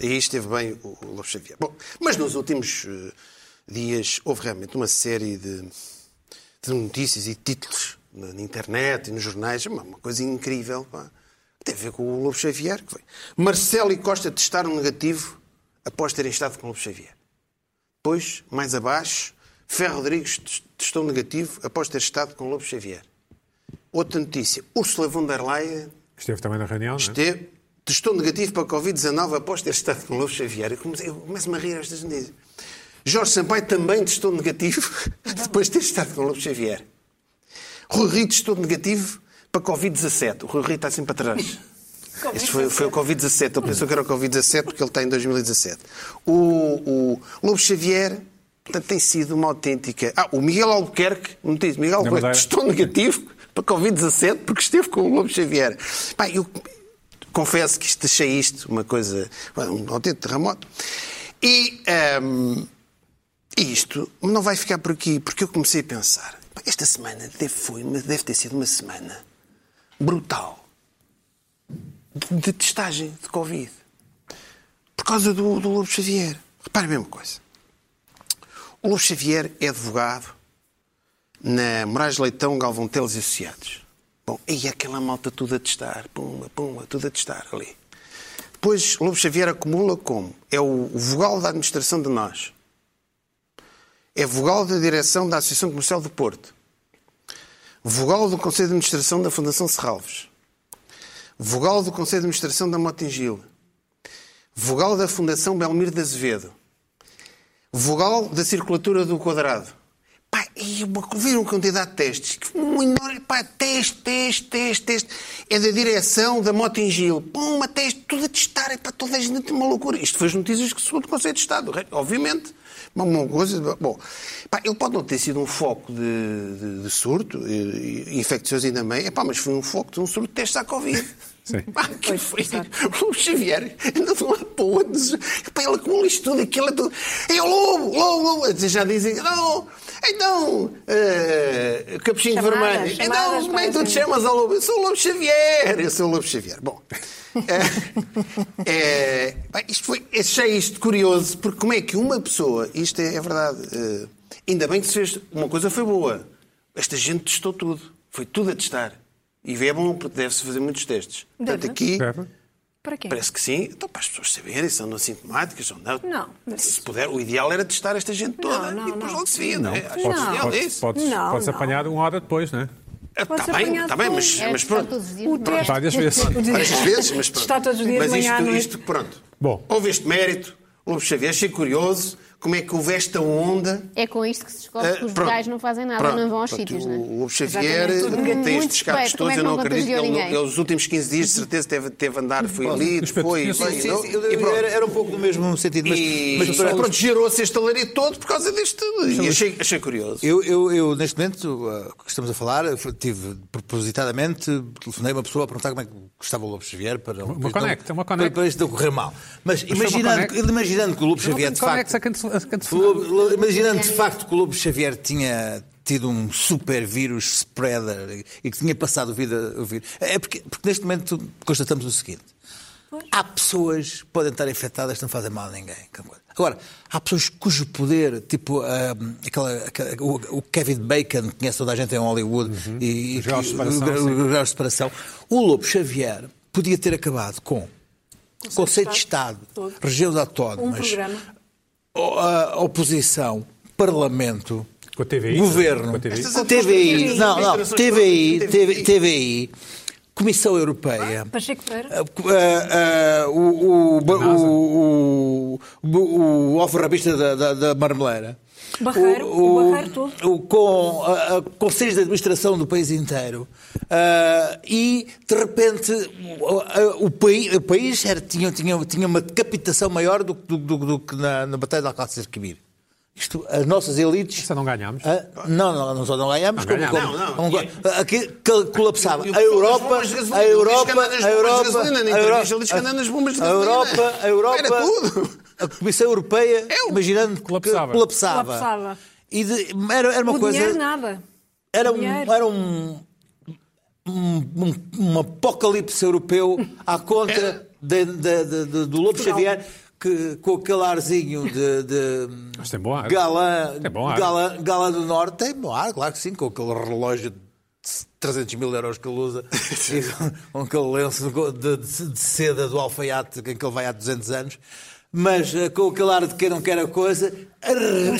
Aí esteve bem o o Lobo Xavier. Bom, mas nos últimos eh, dias houve realmente uma série de, de notícias e títulos na, na internet e nos jornais. Uma, uma coisa incrível. Pá. Tem a ver com o Lobo Xavier. Que foi. Marcelo e Costa testaram negativo após terem estado com o Lobo Xavier. Depois, mais abaixo, Ferro Rodrigues tes- testou negativo após ter estado com o Lobo Xavier. Outra notícia. Ursula von der Leyen
Esteve também na reunião, não é?
Esteve, testou negativo para a Covid-19 após ter estado com o Lobo Xavier. Eu comecei- eu começo-me a rir às vezes. nisso. Jorge Sampaio também testou negativo depois de ter estado com o Lobo Xavier. Rui Rio testou negativo para a Covid-17. O Rui Rio está sempre atrás. Este foi, foi o Covid-17. Ele pensou que era o Covid-17 porque ele está em 2017. O, o Lobo Xavier portanto, tem sido uma autêntica... Ah, o Miguel Albuquerque, notícia, Miguel Albuquerque
Madeira.
testou negativo para a Covid-17 porque esteve com o Lobo Xavier. Pá, eu confesso que isto- achei isto uma coisa... Um autêntico terremoto. E... ahm, e isto não vai ficar por aqui, porque eu comecei a pensar. "Pá, Esta semana deve, foi, uma- deve ter sido uma semana brutal de, de testagem de Covid. Por causa do, do Lobo Xavier. Repare a mesma coisa. O Lobo Xavier é advogado na Moraes Leitão, Galvão Teles e Associados. Bom, e é aquela malta tudo a testar, pumba, pumba, tudo a testar ali. Depois, Lobo Xavier acumula como? É o, o vogal da administração de nós é vogal da direção da Associação Comercial do Porto, vogal do Conselho de Administração da Fundação Serralves, vogal do Conselho de Administração da Motengil, vogal da Fundação Belmiro de Azevedo, vogal da Circulatura do Quadrado. Pá, e uma, viram a quantidade de testes? Que Um enorme, pá, teste, teste, teste, teste. É da direção da Motengil. Pum, teste, tudo a testar, é para toda a gente uma loucura. Isto foi as notícias que segundo o Conselho de Estado, re- obviamente. Uma, uma coisa, bom, pá, ele pode não ter sido um foco de, de- de surto, e, e infeccioso ainda bem, é pá, mas foi um foco de um surto de testes à Covid.
Sim.
Pá, que foi? O Xavier anda de um lado para o outro. Pá, ele com isto tudo, aquilo é tudo. É o lobo, lobo, lobo. Já dizem, não, então, eh, capuchinho
Chamadas,
vermelho.
chamadas,
então, como é que tu te
parece-me.
chamas ao lobo? Eu sou o lobo Xavier. Eu sou o lobo Xavier. Bom, eh, eh, pá, isto foi, achei isto curioso, porque como é que uma pessoa, isto é, é verdade, eh, ainda bem que se fez, uma coisa foi boa. Esta gente testou tudo. Foi tudo a testar. E é bom, porque deve-se fazer muitos testes.
né?
Portanto, aqui,
Esteve?
Para quê?
Parece que sim. Então, para as pessoas saberem se andam sintomáticas ou não.
Não, mas-
Se puder, o ideal era testar esta gente toda
não,
e depois
não.
logo se via, não, é? Acho que
Podes,
o ideal é
podes,
isso.
podes-
Não,
podes
não.
apanhar uma hora depois, não é?
podes
Está bem,
apanhar
está bem, mas,
tudo.
É
mas
testar
pronto.
todos os dias.
O
não é?
teste-
Várias vezes.
o teste-
Várias vezes, mas pronto.
Está todos os dias
mas
de manhã à
isto,
noite.
isto, pronto.
Bom.
Houve este mérito, Lobo Xavier, achei curioso como é que houve esta onda.
É com isto que se descobre
Ah,
que os
pronto.
gajos não fazem nada,
Pronto.
não vão aos
Pronto,
sítios,
o,
não é?
O Lobo Xavier eh,
Exatamente.
tem
Muito
estes escapes
suspeito,
todos,
como é que
eu não
não
acredito.
contagiou
Ele, não-
ninguém?
ele, os últimos 15 dias, de certeza, teve, teve andar, foi ali,
Respeito,
foi,
eu sou-
foi,
Sim,
não-
sim, eu- eu-
pronto.
era, era um pouco do mesmo sentido, mas,
E,
mas para-
pronto, gerou-se este alarido todo por causa deste tudo. E achei, achei curioso.
Eu, eu, eu, neste momento, uh, o que estamos a falar, eu fui- tive propositadamente, telefonei uma pessoa a perguntar como é que gostava o Lobo Xavier para.
Uma
para-
conecta, uma
para-
conecta.
Para isto não correr mal. Mas,
uma
imaginando,
conecta.
imaginando é que o Lobo
Não
Xavier,
tem
de facto.
conexão a canto- a canto-
O Lobo- Lo- Imaginando
um
de facto que o Lobo Xavier tinha tido um super vírus spreader e que tinha passado vida a ouvir. É porque, porque neste momento constatamos o seguinte: Há pessoas que podem estar infectadas que não fazem mal a ninguém. Agora, há pessoas cujo poder, tipo ah, aquela, aquela- o, o Kevin Bacon, que conhece toda a gente em Hollywood, e, e
Uhum. O grau de
que-
separação,
o grau-
sim.
o grau de separação. O Lobo Xavier podia ter acabado com Conceito de Estado,
Todo.
regiões
Um
autónomas,
programa.
o- a oposição, Parlamento,
Com a TVI?
Governo,
Com a é TVI?
Estas
TVI, não, não,
administrações
TVI,
todas, TVI.
TVI, Comissão Europeia.
Pacheco Pereira.
Ah, ah, o, o, o, o, o, o alfarrabista da, da, da marmeleira.
Barreiro, o Barreiro todo.
o- com ah, ah, conselhos de administração do país inteiro. Ah, e, de repente, o, ah, o país, o país era, tinha, tinha, tinha uma decapitação maior do, que- do, do, do que na, na Batalha de Alcácer Quibir. Isto, as nossas elites.
Isso não ganhámos.
Ah, não, não, não só não ganhámos,
Não
como,
ganhámos.
como-
Não, não.
como- ah, que- que colapsava.
E o-
A Europa,
as bombas de gasolina,
a
diz que
Europa,
anda nas bombas
a
de
Europa,
gasolina, na
a
entrevista ele diz que anda nas bombas de
a
gasolina.
Europa, a Europa,
Era tudo. É
a Comissão Europeia, imaginando que
Colapsava.
colapsava.
Colapsava.
E de- era, era uma
O
coisa,
dinheiro nada.
era um,
dinheiro.
era um, um, um- um apocalipse europeu à contra de- de- de- de- do Lobo Xavier. Que, com aquele arzinho de, de
Mas tem bom ar.
galã,
Tem bom ar.
galã, galã do Norte, tem bom ar, claro que sim, com aquele relógio de 300 mil euros que ele usa e com, com aquele lenço de, de- de seda do alfaiate com que ele vai há 200 anos, mas eh, com aquele ar de quem não quer a coisa,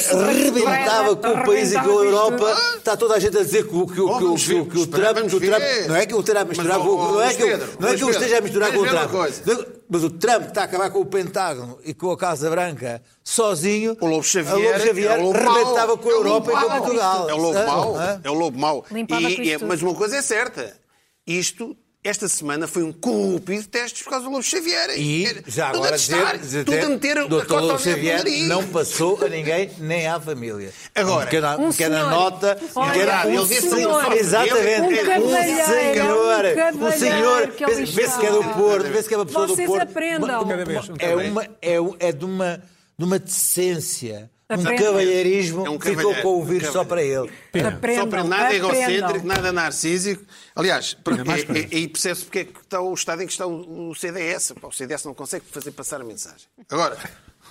arrebentava com o país e com a Europa. Está toda a gente a dizer que, o- que o-
Oh,
que o-
vamos
que o-
ver,
que o Trump.
vamos
que o Trump-
ver.
Não é que o Trump
Mas,
misturava
oh,
com- não é
Luís
que eu-
Pedro,
não é
Luís
que eu esteja a
Pedro,
misturar com o
vamos ver uma
Trump.
coisa.
Mas o Trump está a acabar com o Pentágono e com a Casa Branca sozinho.
O Lobo Xavier,
o Lobo Xavier
é o lobo
rebentava
mau.
com a Europa
é o
e
lobo
com
mau.
Portugal.
É o lobo
Ah,
mau.
ah.
É o lobo mau.
Limpava
E-
com
e-
isto tudo.
mas uma coisa é certa. Isto, esta semana, foi um cupido de testes por causa do Lobo Xavier.
E
Era
já
tudo
agora
a testar,
dizer, dizer
tudo a meter a
Dr.
cota ao
Lobo
dedo no
Xavier
nariz.
não passou a ninguém, nem à família.
Agora,
pequena,
um
pequena
senhor.
nota,
Olha,
pequena-
um
um
senhor.
sen- exatamente,
Um cavalheiro, um
senhor, um
cavalheiro
senhor,
que
vê-
ele
vê-se que é do
está.
Porto, vê-se que é uma pessoa do
Vocês
Porto.
aprendam.
Uma- uma-
Cada vez, um
é,
cada vez.
uma, é, um- é de uma, de uma decência, um
Aprendam.
cavalheirismo,
É um
que ficou
cavalheiro,
com o
um
vírus só para ele.
Só para
Aprendam,
nada é egocêntrico,
aprendam.
nada narcísico. Aliás,
é
porque,
mais coisa.
e, e percebe-se porque é que está o estado em que está o, o CDS. Pá, O CDS não consegue fazer passar a mensagem. Agora,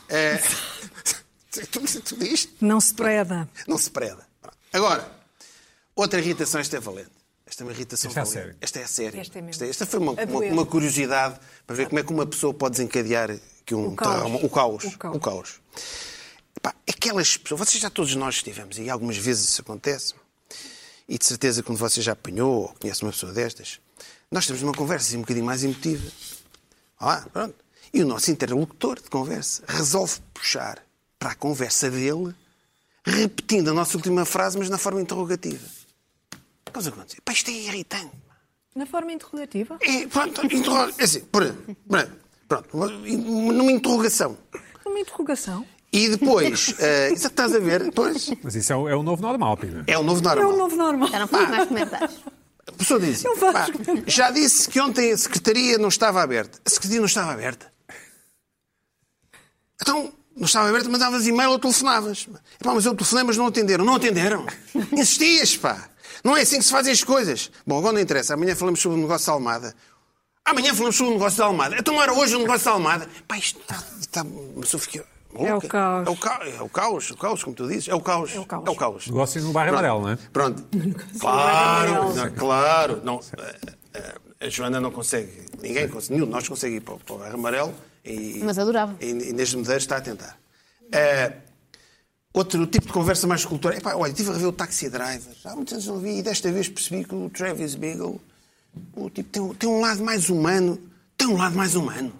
é, tudo, tudo isto
Não se preda.
não se preda. Agora, outra irritação, esta é valente. Esta é uma irritação
Esta é a
valente.
sério.
Esta é a sério.
Esta é mesmo.
esta, esta foi uma,
A
uma,
doer.
uma curiosidade para ver como é que uma pessoa pode desencadear que um
O caos.
trauma- o caos.
O caos.
O caos. Pá, aquelas pessoas, vocês já todos nós estivemos, e algumas vezes isso acontece, e de certeza quando você já apanhou ou conhece uma pessoa destas, nós temos uma conversa assim, um bocadinho mais emotiva. Olá, pronto. E o nosso interlocutor de conversa resolve puxar para a conversa dele, repetindo a nossa última frase, mas na forma interrogativa. O que é que acontece? Pá, isto é irritante.
Na forma interrogativa.
É, pronto, interroga. É assim, por, por, pronto, numa interrogação.
Uma interrogação.
E depois, eh, isso é que estás a ver, pois,
Mas isso é o, é o novo normal, Pina.
é o novo
É
normal.
um novo normal.
Já não faço mais comentários.
A pessoa diz,
Não faz
"Pá,
comentário."
já disse que ontem a secretaria não estava aberta. A secretaria não estava aberta. Então, não estava aberta, mandavas e-mail ou telefonavas. Epá, mas eu telefonei, mas não atenderam. Não atenderam. Insistias, pá. Não é assim que se fazem as coisas. Bom, agora não interessa. Amanhã falamos sobre o negócio da Almada. Amanhã falamos sobre o negócio da Almada. Então não era hoje o negócio da Almada. Pá, isto está... está uma pessoa fica maluca.
É o caos.
É o, ca... é o caos, o caos, como tu dizes. É o caos.
É o caos.
É o caos.
Negócio no bairro
Pronto.
amarelo, não é?
Pronto. Claro, não, claro. Não, eh, eh, a Joana não consegue, ninguém consegue, nenhum de nós consegue ir para, o- para o bairro amarelo. E,
Mas adorava.
E Inês de Medeiros está a tentar. Eh, outro tipo de conversa mais cultural. Epá, olha, estive a rever o Taxi Driver. Há muitos anos não vi e desta vez percebi que o Travis Bickle o tipo, tem, um- tem um lado mais humano. Tem um lado mais humano.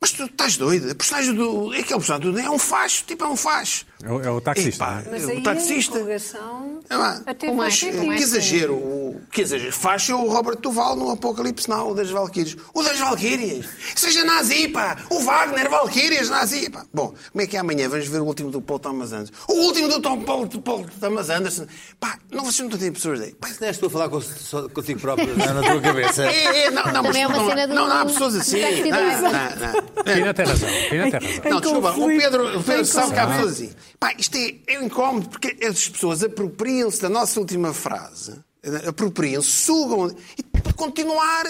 Mas tu estás doido. A personagem do. É aquele personagem do. É um facho, tipo, é um facho.
É o, é o taxista.
Epá,
não é?
Mas
o
aí
taxista.
a interrogação
É lá.
até faz
Com mais- com
sentido.
Que exagero, o- que exagero. Faz o Robert Duval no Apocalipse Now, o das Valquírias. O das Valquírias! Seja nazi, pá! O Wagner, Valquírias, nazi, pá! Bom, como é que é amanhã? Vamos ver o último do Paul Thomas Anderson. O último do Tom Paul, do Paul Thomas Anderson. Pá, não vocês não têm pessoas daí. Pá,
Não estou a falar com- só contigo próprio, não é? na tua cabeça.
é, é, não, não, mas
Também é uma
não,
cena do-
não, não há pessoas assim.
do Taxi
Não,
Driver.
não, não. É,
Pina tem razão. Pina tem razão.
Não,
Em
desculpa, o
conflito.
Pedro, o Pedro
Em
sabe que há
conflito.
pessoas assim. Pá, isto é, é incómodo porque as pessoas apropriam-se da nossa última frase, eh, apropriam-se, sugam, e para continuar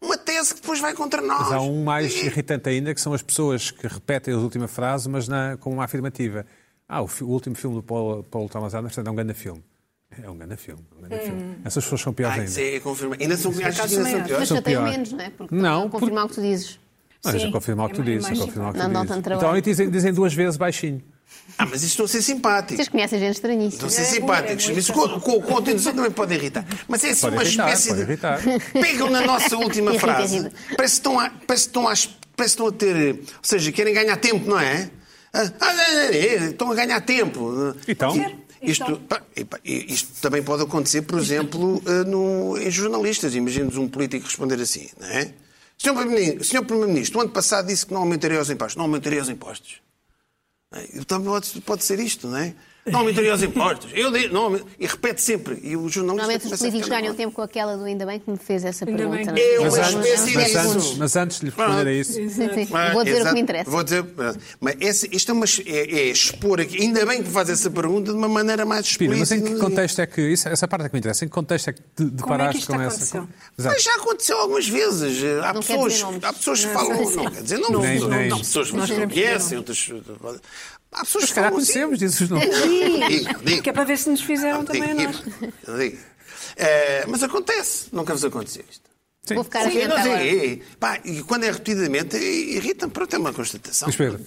uma tese que depois vai contra
Mas
nós.
há um mais irritante ainda, que são as pessoas que repetem a última frase, mas na- com uma afirmativa. Ah, o, fi- o último filme do Paul, Paul Thomas Anderson é um grande filme. É um grande filme. é Um grande filme. Essas pessoas são piores
Ai,
ainda.
isso é confirmado. Ainda são piores,
acaso
ainda
também
são
acho.
piores.
Mas já tenho
pior.
menos, não é? Porque
Não,
não,
porque-
confirmar o que tu dizes.
Não, deixa
Sim,
confirmar o que tu
é
dizes.
mais
deixa confirmar o que
Não
tu
dão
dizes.
tanto trabalho.
Então, aí dizem, dizem duas vezes baixinho.
Ah, mas isto não ser simpático.
Vocês conhecem gente
Não
estranhíssima.
ser
É,
simpáticos,
é
mas com,
muito-
com, com a tensão também pode irritar. Mas é assim
Pode
uma
irritar,
espécie
pode
de.
irritar.
Pegam na nossa última
Irrita,
frase.
irrita.
Parece que estão a, parece que estão a, parece que estão a ter. Ou seja, querem ganhar tempo, não é? Ah, ah, ah, ah, Estão a ganhar tempo.
Então?
E- Isto, pá, e pá, e isto também pode acontecer, por exemplo, eh, no- em jornalistas. Imaginemos um político responder assim, não é? Senhor Primeiro-Ministro, senhor Primeiro-Ministro, o ano passado disse que não aumentaria os impostos. Não aumentaria os impostos. Não é? Então pode, pode ser isto, não é? Não aumentaria os impostos. Eu digo, não, aument- e repete sempre. E o jornalista
Normalmente os
começa a
políticos
ficar
ganham
nervoso.
tempo com aquela do ainda bem que me fez essa
Ainda bem
pergunta.
que-
não é?
Eu
Mas
uma
Nós-
espécie
nós-
de-
mas,
nós-
antes, mas antes de lhe responder a isso,
Sim, sim.
Ah,
Vou dizer o que
exato.
me interessa.
Vou dizer, ah, mas esse, isto é, uma, é, é expor aqui. Ainda bem que faz essa pergunta de uma maneira mais
Pina,
explícita.
mas em que contexto é que. Isso, essa parte é que me interessa. Em que contexto é que te deparaste
isto
com essa.
aconteceu?
Exato.
Mas já aconteceu algumas vezes. eh, Há
Não é assim. quer
pessoas,
dizer nomes.
há pessoas que
Não,
falam.
sim, sim.
Não quer dizer nomes.
Nem-
não,
nem-
não, pessoas que
Nós
não
queremos
conhecem, outras. Há
Mas
pessoas que
se calhar
falam. assim.
conhecemos, dizes os nomes.
Digo, digo.
Que é para ver se nos fizeram
um
Não,
também a
é?
digo,
nós.
digo, digo. Eh, Mas acontece. Nunca vos aconteceu isto.
Sim.
Vou ficar a
Sim,
tentar
não, sim,
agora.
e, pá, e quando é repetidamente, i- irrita-me. Pronto, é uma constatação.
Luís Pedro,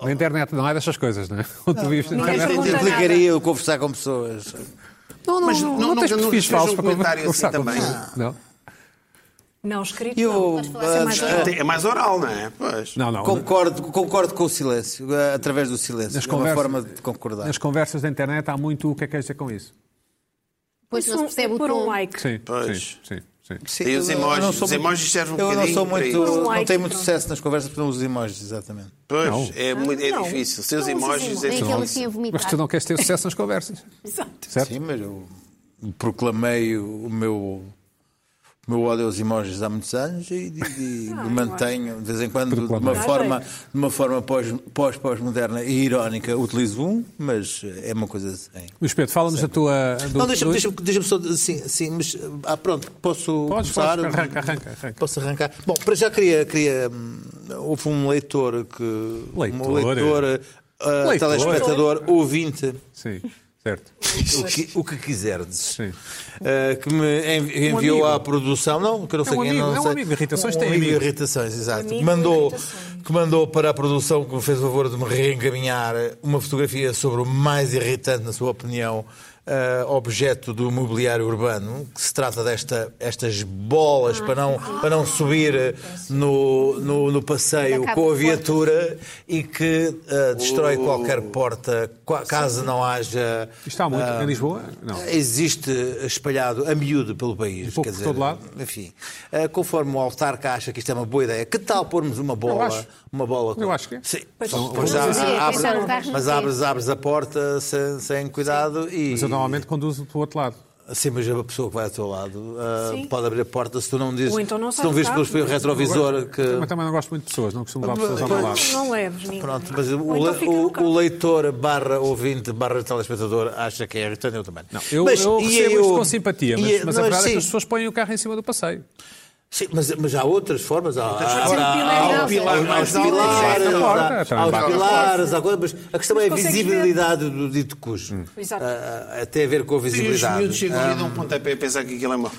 na internet não é dessas coisas, não é? Onde tu vives na
ninguém
internet.
pergunta nada.
Implicaria eu conversar com pessoas.
Não, não,
Mas
não,
não-
não tens
nunca-
perfis
nunca
falsos
fez um
para
comentário
conversar
assim
com
também.
pessoas. Não,
Não, escrito. não.
Eu
Podes falar sem
um.
mais
ah,
eh,
nada.
É mais oral, não é? Pois.
não. não.
concordo, concordo com o silêncio, ah, através do silêncio.
Nas
é uma
conversas-
forma de concordar.
Nas conversas da internet há muito o que é que queres dizer com isso.
Depois não se percebe o
Por um
tom.
like.
Sim,
Pois.
sim, sim. sim.
Sim,
E os
eu
emojis?
não sou
Os
muito-
emojis servem um
Eu não sou
bocadinho para
muito.
isso.
Um
Não
like,
tenho muito
pronto.
sucesso nas conversas porque não uso emojis, exatamente.
Pois,
Não.
Ah,
é, muito, é
Não.
difícil. Seus
Não,
emojis é
Nem aquele assim a
difícil.
vomitar.
Mas tu não queres ter sucesso nas conversas,
Exato.
certo?
Sim, mas eu proclamei o meu, o meu ódio aos emojis há muitos anos e, e- e mantenho, de vez em quando, de uma
Proclamar.
forma, de uma forma pós- pós- pós-moderna e irónica, utilizo um, mas é uma coisa assim.
Luís Pedro, fala-nos da tua... do-
Não, deixa-me
do-
deixa deixa só. Sim, sim, mas. Ah, pronto, posso
Podes,
começar?
podes, arranca, arranca, arranca.
Posso arrancar? Bom, para já queria. queria hum, houve um leitor que.
Leitor. é.
Um leitor. ah,
Leitor.
telespectador, ouvinte,
Sim, certo.
o que, o que quiserdes,
Sim.
ah, que me envi- enviou
Um amigo.
à produção, não, que eu não sei
um
quem,
amigo,
não
é um
sei.
amigo de irritações, tem
amigo de
amigos.
irritações, exato.
Amigo
que, mandou,
de irritações.
que mandou para a produção, que me fez o favor de me reencaminhar uma fotografia sobre o mais irritante, na sua opinião, ah, objeto do mobiliário urbano, que se trata destas estas bolas para, não, para não subir ah, no, no, no passeio
Da
com
capa
a
de
viatura e que ah, destrói qualquer porta, qua- caso não haja.
Isto há muito.
ah,
Em Lisboa? Não.
Existe espalhado a miúdo pelo país.
Um pouco
quer
por
dizer,
todo lado.
Enfim, eh, conforme o autarca acha que isto é uma boa ideia, que tal pormos uma bola?
acho.
uma bola com-
Eu acho que é.
Sim.
Pois,
Só-
pois,
pois
não
abre-
sei, quem
abre-
está no carro não
Mas
sei.
abres, abres a porta sem, sem cuidado e.
Mas eu normalmente conduzo para o outro lado.
Sim, mas a pessoa que vai ao teu lado eh,
Sim.
pode abrir a porta se tu não dizes.
Ou então não
se
sai
não
do
vês
carro.
pelo espelho retrovisor que.
Mas também tá- não gosto muito de pessoas, não costumo
Ah,
levar pessoas ao meu lado.
Não, não leves ninguém.
Pronto, mas o,
Ou então
le-
fica
o-
no carro.
o leitor barra ouvinte barra telespectador acha que é irritante, eu também.
Não, eu,
Mas-
eu
e
recebo
eu-
isto com simpatia, mas,
e-
mas a verdade é que
sim.
as pessoas põem o carro em cima do passeio.
Sim, mas, mas há outras formas. Há, há,
formas.
há, há,
Há
o
o
pilar,
pilar
há os
mais alto,
pilares,
mais alto.
há,
Porta,
há os
também.
pilares, há coisas, mas a questão é a
consegues ver.
visibilidade do dito cujo.
Exato.
Ah, ah, tem a ver com a
E os
visibilidade.
miúdos chegam ali e dão um pontapé a pensar que aquilo é mau.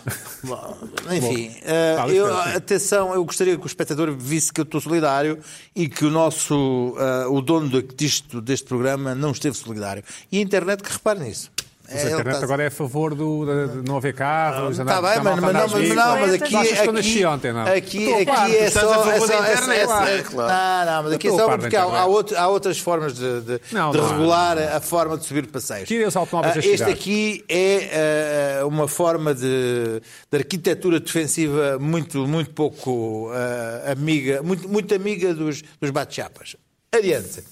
Bom, Enfim,
Tá,
ah,
Luís
eu-
Pedro, sim.
atenção, eu gostaria que o espectador visse que eu estou solidário e que o nosso, ah, o dono do- disto, deste programa não esteve solidário. E a internet que repare nisso.
Mas a
ele
internet
está-
agora é a favor do, de, de não haver carros,
Está
andar,
tá- Ah, bem, mas,
andar
mas, não, mas, não, mas aqui,
Achas que eu
aqui,
nasci ontem, não?
aqui, aqui
par,
é
tu estás
só...
a favor
é só-
da
é-
internet,
é-
claro.
é- Não, não, mas aqui é
estou a
só
par da
porque há, há,
internet.
outro- há outras formas de, de-
Não,
de
não há,
regular a forma de subir passeios.
Tirem os automóveis
Ah,
das
Este
cidades.
aqui é ah, uma forma de, de arquitetura defensiva muito, muito pouco ah, amiga, muito, muito amiga dos, dos bate-chapas. Adiante.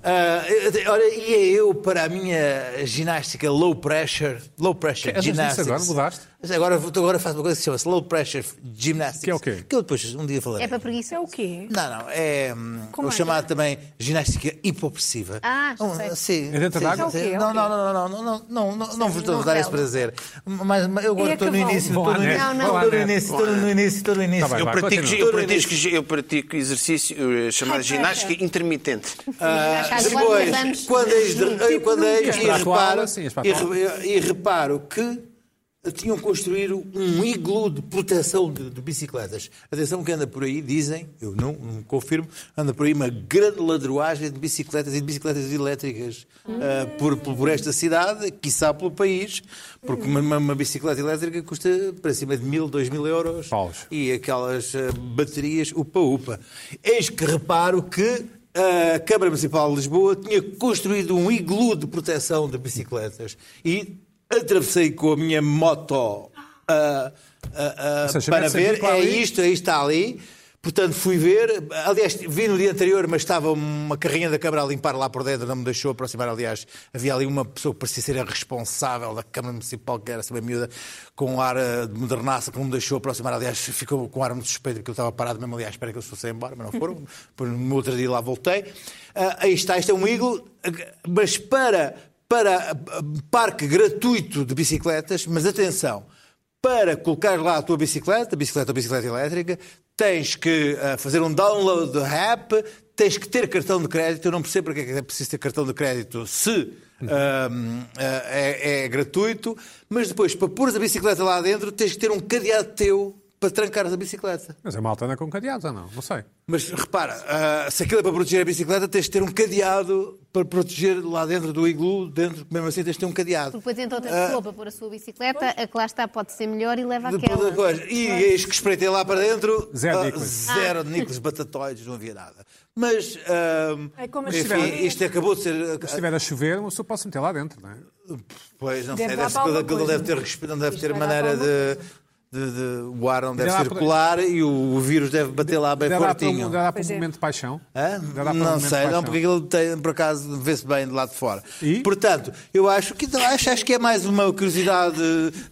Ah, ora, ia eu para a minha ginástica low pressure, low pressure
Que- andas nisso
gymnastics.
um agora? Mudaste?
Mas agora, agora faço uma coisa que se chama low pressure gymnastics.
Que é o quê?
Que eu depois um dia falarei.
É para preguiça.
Isso é o quê?
Não, não, é hum,
Como
o
é?
chamado também ginástica hipopressiva.
Ah, já
Um,
sei.
sim.
É dentro
sim,
da água?
sim.
É o quê? É
Não,
o
não, não, não, não, não, não, não, não vos estou a
não
dar esse
revela.
prazer. Mas, mas eu agora
E é a
estou no
cavalo?
início,
Vão
estou
à
no
net,
início,
vão
estou
à
no
net.
início, estou no início, estou no
Tá
início.
bem,
Eu
vai,
pratico,
continua.
eu, pratico, eu pratico exercício, eh, chamado ginástica intermitente. É
Ah,
Faz
depois,
quatro anos.
quando és de- eu- quando és- e
Para a tua
reparo-
aula, sim, és para a
e
tua
re- e reparo que eh, tinham construído um iglu de proteção de, de bicicletas. Atenção que anda por aí, dizem, eu não, não confirmo, anda por aí uma grande ladroagem de bicicletas e de bicicletas elétricas ah, por, por, por esta cidade, quiçá pelo país, porque uma, uma- uma bicicleta elétrica custa para cima de mil, dois mil euros
Paus.
e aquelas eh, baterias upa-upa. Eis que reparo que a Câmara Municipal de Lisboa tinha construído um iglu de proteção de bicicletas e atravessei com a minha moto ah, ah, ah,
Ou seja,
para
mete-se
ver,
aqui para
é
ali.
isto, aí está ali. Portanto, fui ver. Aliás, vi no dia anterior, mas estava uma carrinha da Câmara a limpar lá por dentro, não me deixou aproximar. Aliás, havia ali uma pessoa que parecia ser a responsável da Câmara Municipal, que era essa miúda, com um ar eh, de modernaça, que não me deixou aproximar. Aliás, ficou com um ar muito suspeito, porque eu estava parado mesmo. Aliás, espera que eles fossem embora, mas não foram. Por um outro dia lá voltei. Ah, aí está, este é um iglo, mas para, para ah, parque gratuito de bicicletas, mas atenção para colocar lá a tua bicicleta, bicicleta ou bicicleta elétrica, tens que ah, fazer um download do app, tens que ter cartão de crédito. Eu não percebo porque é que é preciso ter cartão de crédito se ah, ah, é, é gratuito, mas depois, para pôr a bicicleta lá dentro, tens que ter um cadeado teu para trancar a bicicleta.
Mas a malta anda com cadeados ou não? Não sei.
Mas repara, ah, se aquilo é para proteger a bicicleta, tens de ter um cadeado para proteger lá dentro do iglu, dentro, mesmo assim tens de ter um cadeado.
Depois entra outra
Ah.
pessoa para pôr a sua bicicleta, a que lá está pode ser melhor e leva
Depois da
aquela.
coisa. E eis que espreitei lá para dentro.
Zero
ah,
níqueis.
Zero níqueis batatoides, não havia nada. Mas, ahm,
É como
enfim,
estiver.
isto acabou de ser.
Se estiver a chover, uma pessoa pode se meter lá dentro, não é?
Pois, não
Deve
sei,
dar
deve,
para alguma
aquilo
coisa.
deve ter respeito, não deve ter
vai dar
maneira
para
de, de- de- O ar não deve
dá para-
circular e o, o vírus deve bater lá bem
Dá lá para um,
fortinho.
dá lá para um
Pois é.
momento de paixão?
Hã?
Dá lá para um
Não
momento de
sei, não,
paixão?
porque aquilo tem, por acaso vê-se bem de lá de fora.
E?
Portanto, eu acho que, então, acho, acho que é mais uma curiosidade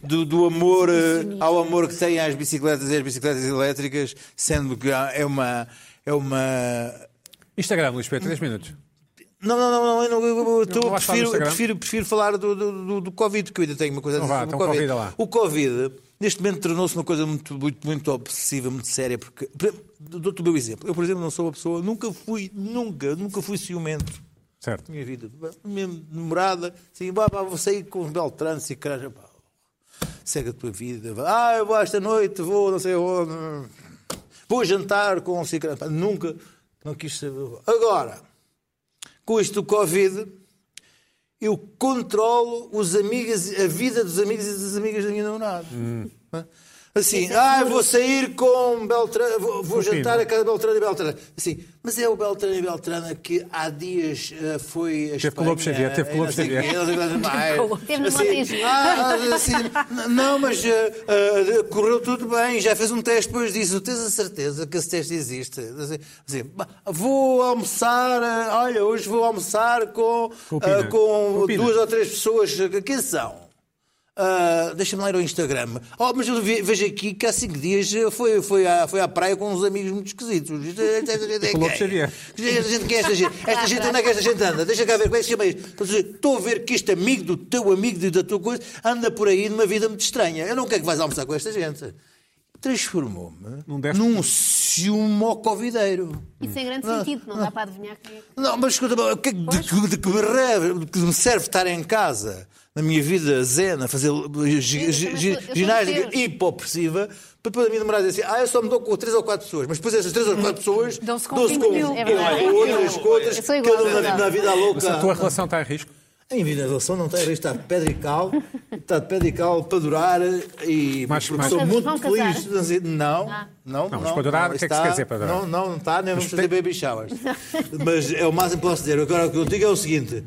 do, do amor eh, ao amor que têm às bicicletas e às bicicletas elétricas, sendo que há- é uma. É uma...
Instagram, Luís Pedro, 3 minutos.
Não, não, não, não, eu, não- eu- eu- eu estou-
vais falar do
prefiro,
Instagram?
prefiro, prefiro falar do, do, do- do Covid, que eu ainda tenho uma coisa a
Então
dizer
vá,
sobre
então
o Covid.
convida lá.
O Covid, neste momento, tornou-se uma coisa muito, muito, muito obsessiva, muito séria, porque. por exemplo, Dou-te o meu exemplo. Eu, por exemplo, não sou uma pessoa, nunca fui, nunca, nunca fui ciumento.
Certo.
Minha vida, minha namorada, assim, pá, pá, vou sair com o Beltrano, se caralho, pá, segue a tua vida, vá, ah, eu vou esta noite, vou, não sei onde, vou jantar com o Cicrano, Pá, nunca, não quis saber. Agora, com isto do Covid, eu controlo os amigos, a vida dos amigos e das amigas da minha namorada.
Hum.
Assim, ah, eu vou sair com Beltrano, vou, vou
Confirmo.
jantar a casa de Beltrano e Beltrano. Assim, mas é o Beltrano e Beltrano que há dias eh, foi a eh,
Teve com o Lobo Xavier, teve com o Lobo Xavier.
Teve no
Assim,
Montijo.
ah, assim, n- não, mas eh, eh, correu tudo bem, já fez um teste depois disso. Tens a certeza que esse teste existe? Assim, assim, bah, vou almoçar, eh, olha, hoje vou almoçar com,
Com o
eh,
Pina. Com
com
o Pina.
duas ou três pessoas. Quem são? Ah, Deixa-me ler o Instagram. Oh, mas eu ve- vejo aqui que há cinco dias eh, foi, foi, à, foi à praia com uns amigos muito esquisitos. Esta gente é
Com o Lobo
quem?
Xavier.
Esta gente, quem é esta gente? Esta gente, onde é que esta gente anda? Deixa cá ver, como é que se chama isto? Então, assim, Estou a ver que este amigo do teu amigo e da tua coisa anda por aí numa vida muito estranha. Eu não quero que vais almoçar com esta gente. Transformou-me
Num deste-
num ciúmo covideiro.
E sem é grande
Ah.
sentido, não dá para adivinhar quem é. que-
Não, mas escuta, o que, é que- de, que- de que me serve, de que me serve estar em casa, na minha vida zen, a fazer gi- gi-
também
gi-
sou- eu sou
ginástica
Deus.
hipopressiva, para depois a minha namorada dizer assim, ah, eu só me dou com três ou quatro pessoas, mas depois essas três ou quatro pessoas
Dão-se com
dou-se
cinco mil.
com
É
umas
verdade.
com outras, com outras,
Eu sou igual,
cada
é
uma na,
verdade.
na vida
Mas a tua
louca.
relação está em risco?
Em vida relação não tem, está de pedra e cal, está de pedra e cal para durar e
Mas-
porque
mas-
sou
Vão
muito
casar?
feliz. Não, não, não.
mas para durar, o que é que se
está-
quer dizer para durar?
Não, não, não está, nem vamos
Mas
fazer baby showers. Mas é o máximo que posso dizer. Agora o que eu digo é o seguinte: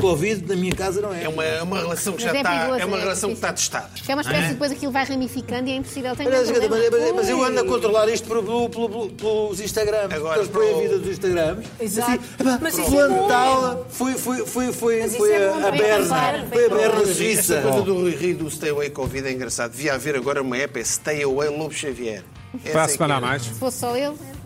Covid na minha casa não
um
é.
É uma, é uma relação que
Mas
já
é
está.
perigoso,
é uma
é
relação que está
difícil.
testada.
Que é uma espécie de depois aquilo vai ramificando e é impossível. Tem
Mas,
um problema.
mas- mas eu ando a controlar isto pelo- pelo- pelo- pelos Instagrams.
Agora,
Agora, eles põem a
pro-
vida dos Instagrams. Assim,
Exato.
epá,
Mas isso é
fulano
bom.
tal foi, foi, foi, foi,
Mas isso
foi
é
a,
bom,
a
bem
Berna.
pensado,
Foi a
bem
Berna
pensado.
Esta
Suíça.
coisa do Rui Rio do Stay Away Covid é engraçado. Devia haver agora uma app, é Stay Away Lobo Xavier. Essa
Para
é
a
que
semana a
era.
mais.
Se fosse só ele. era-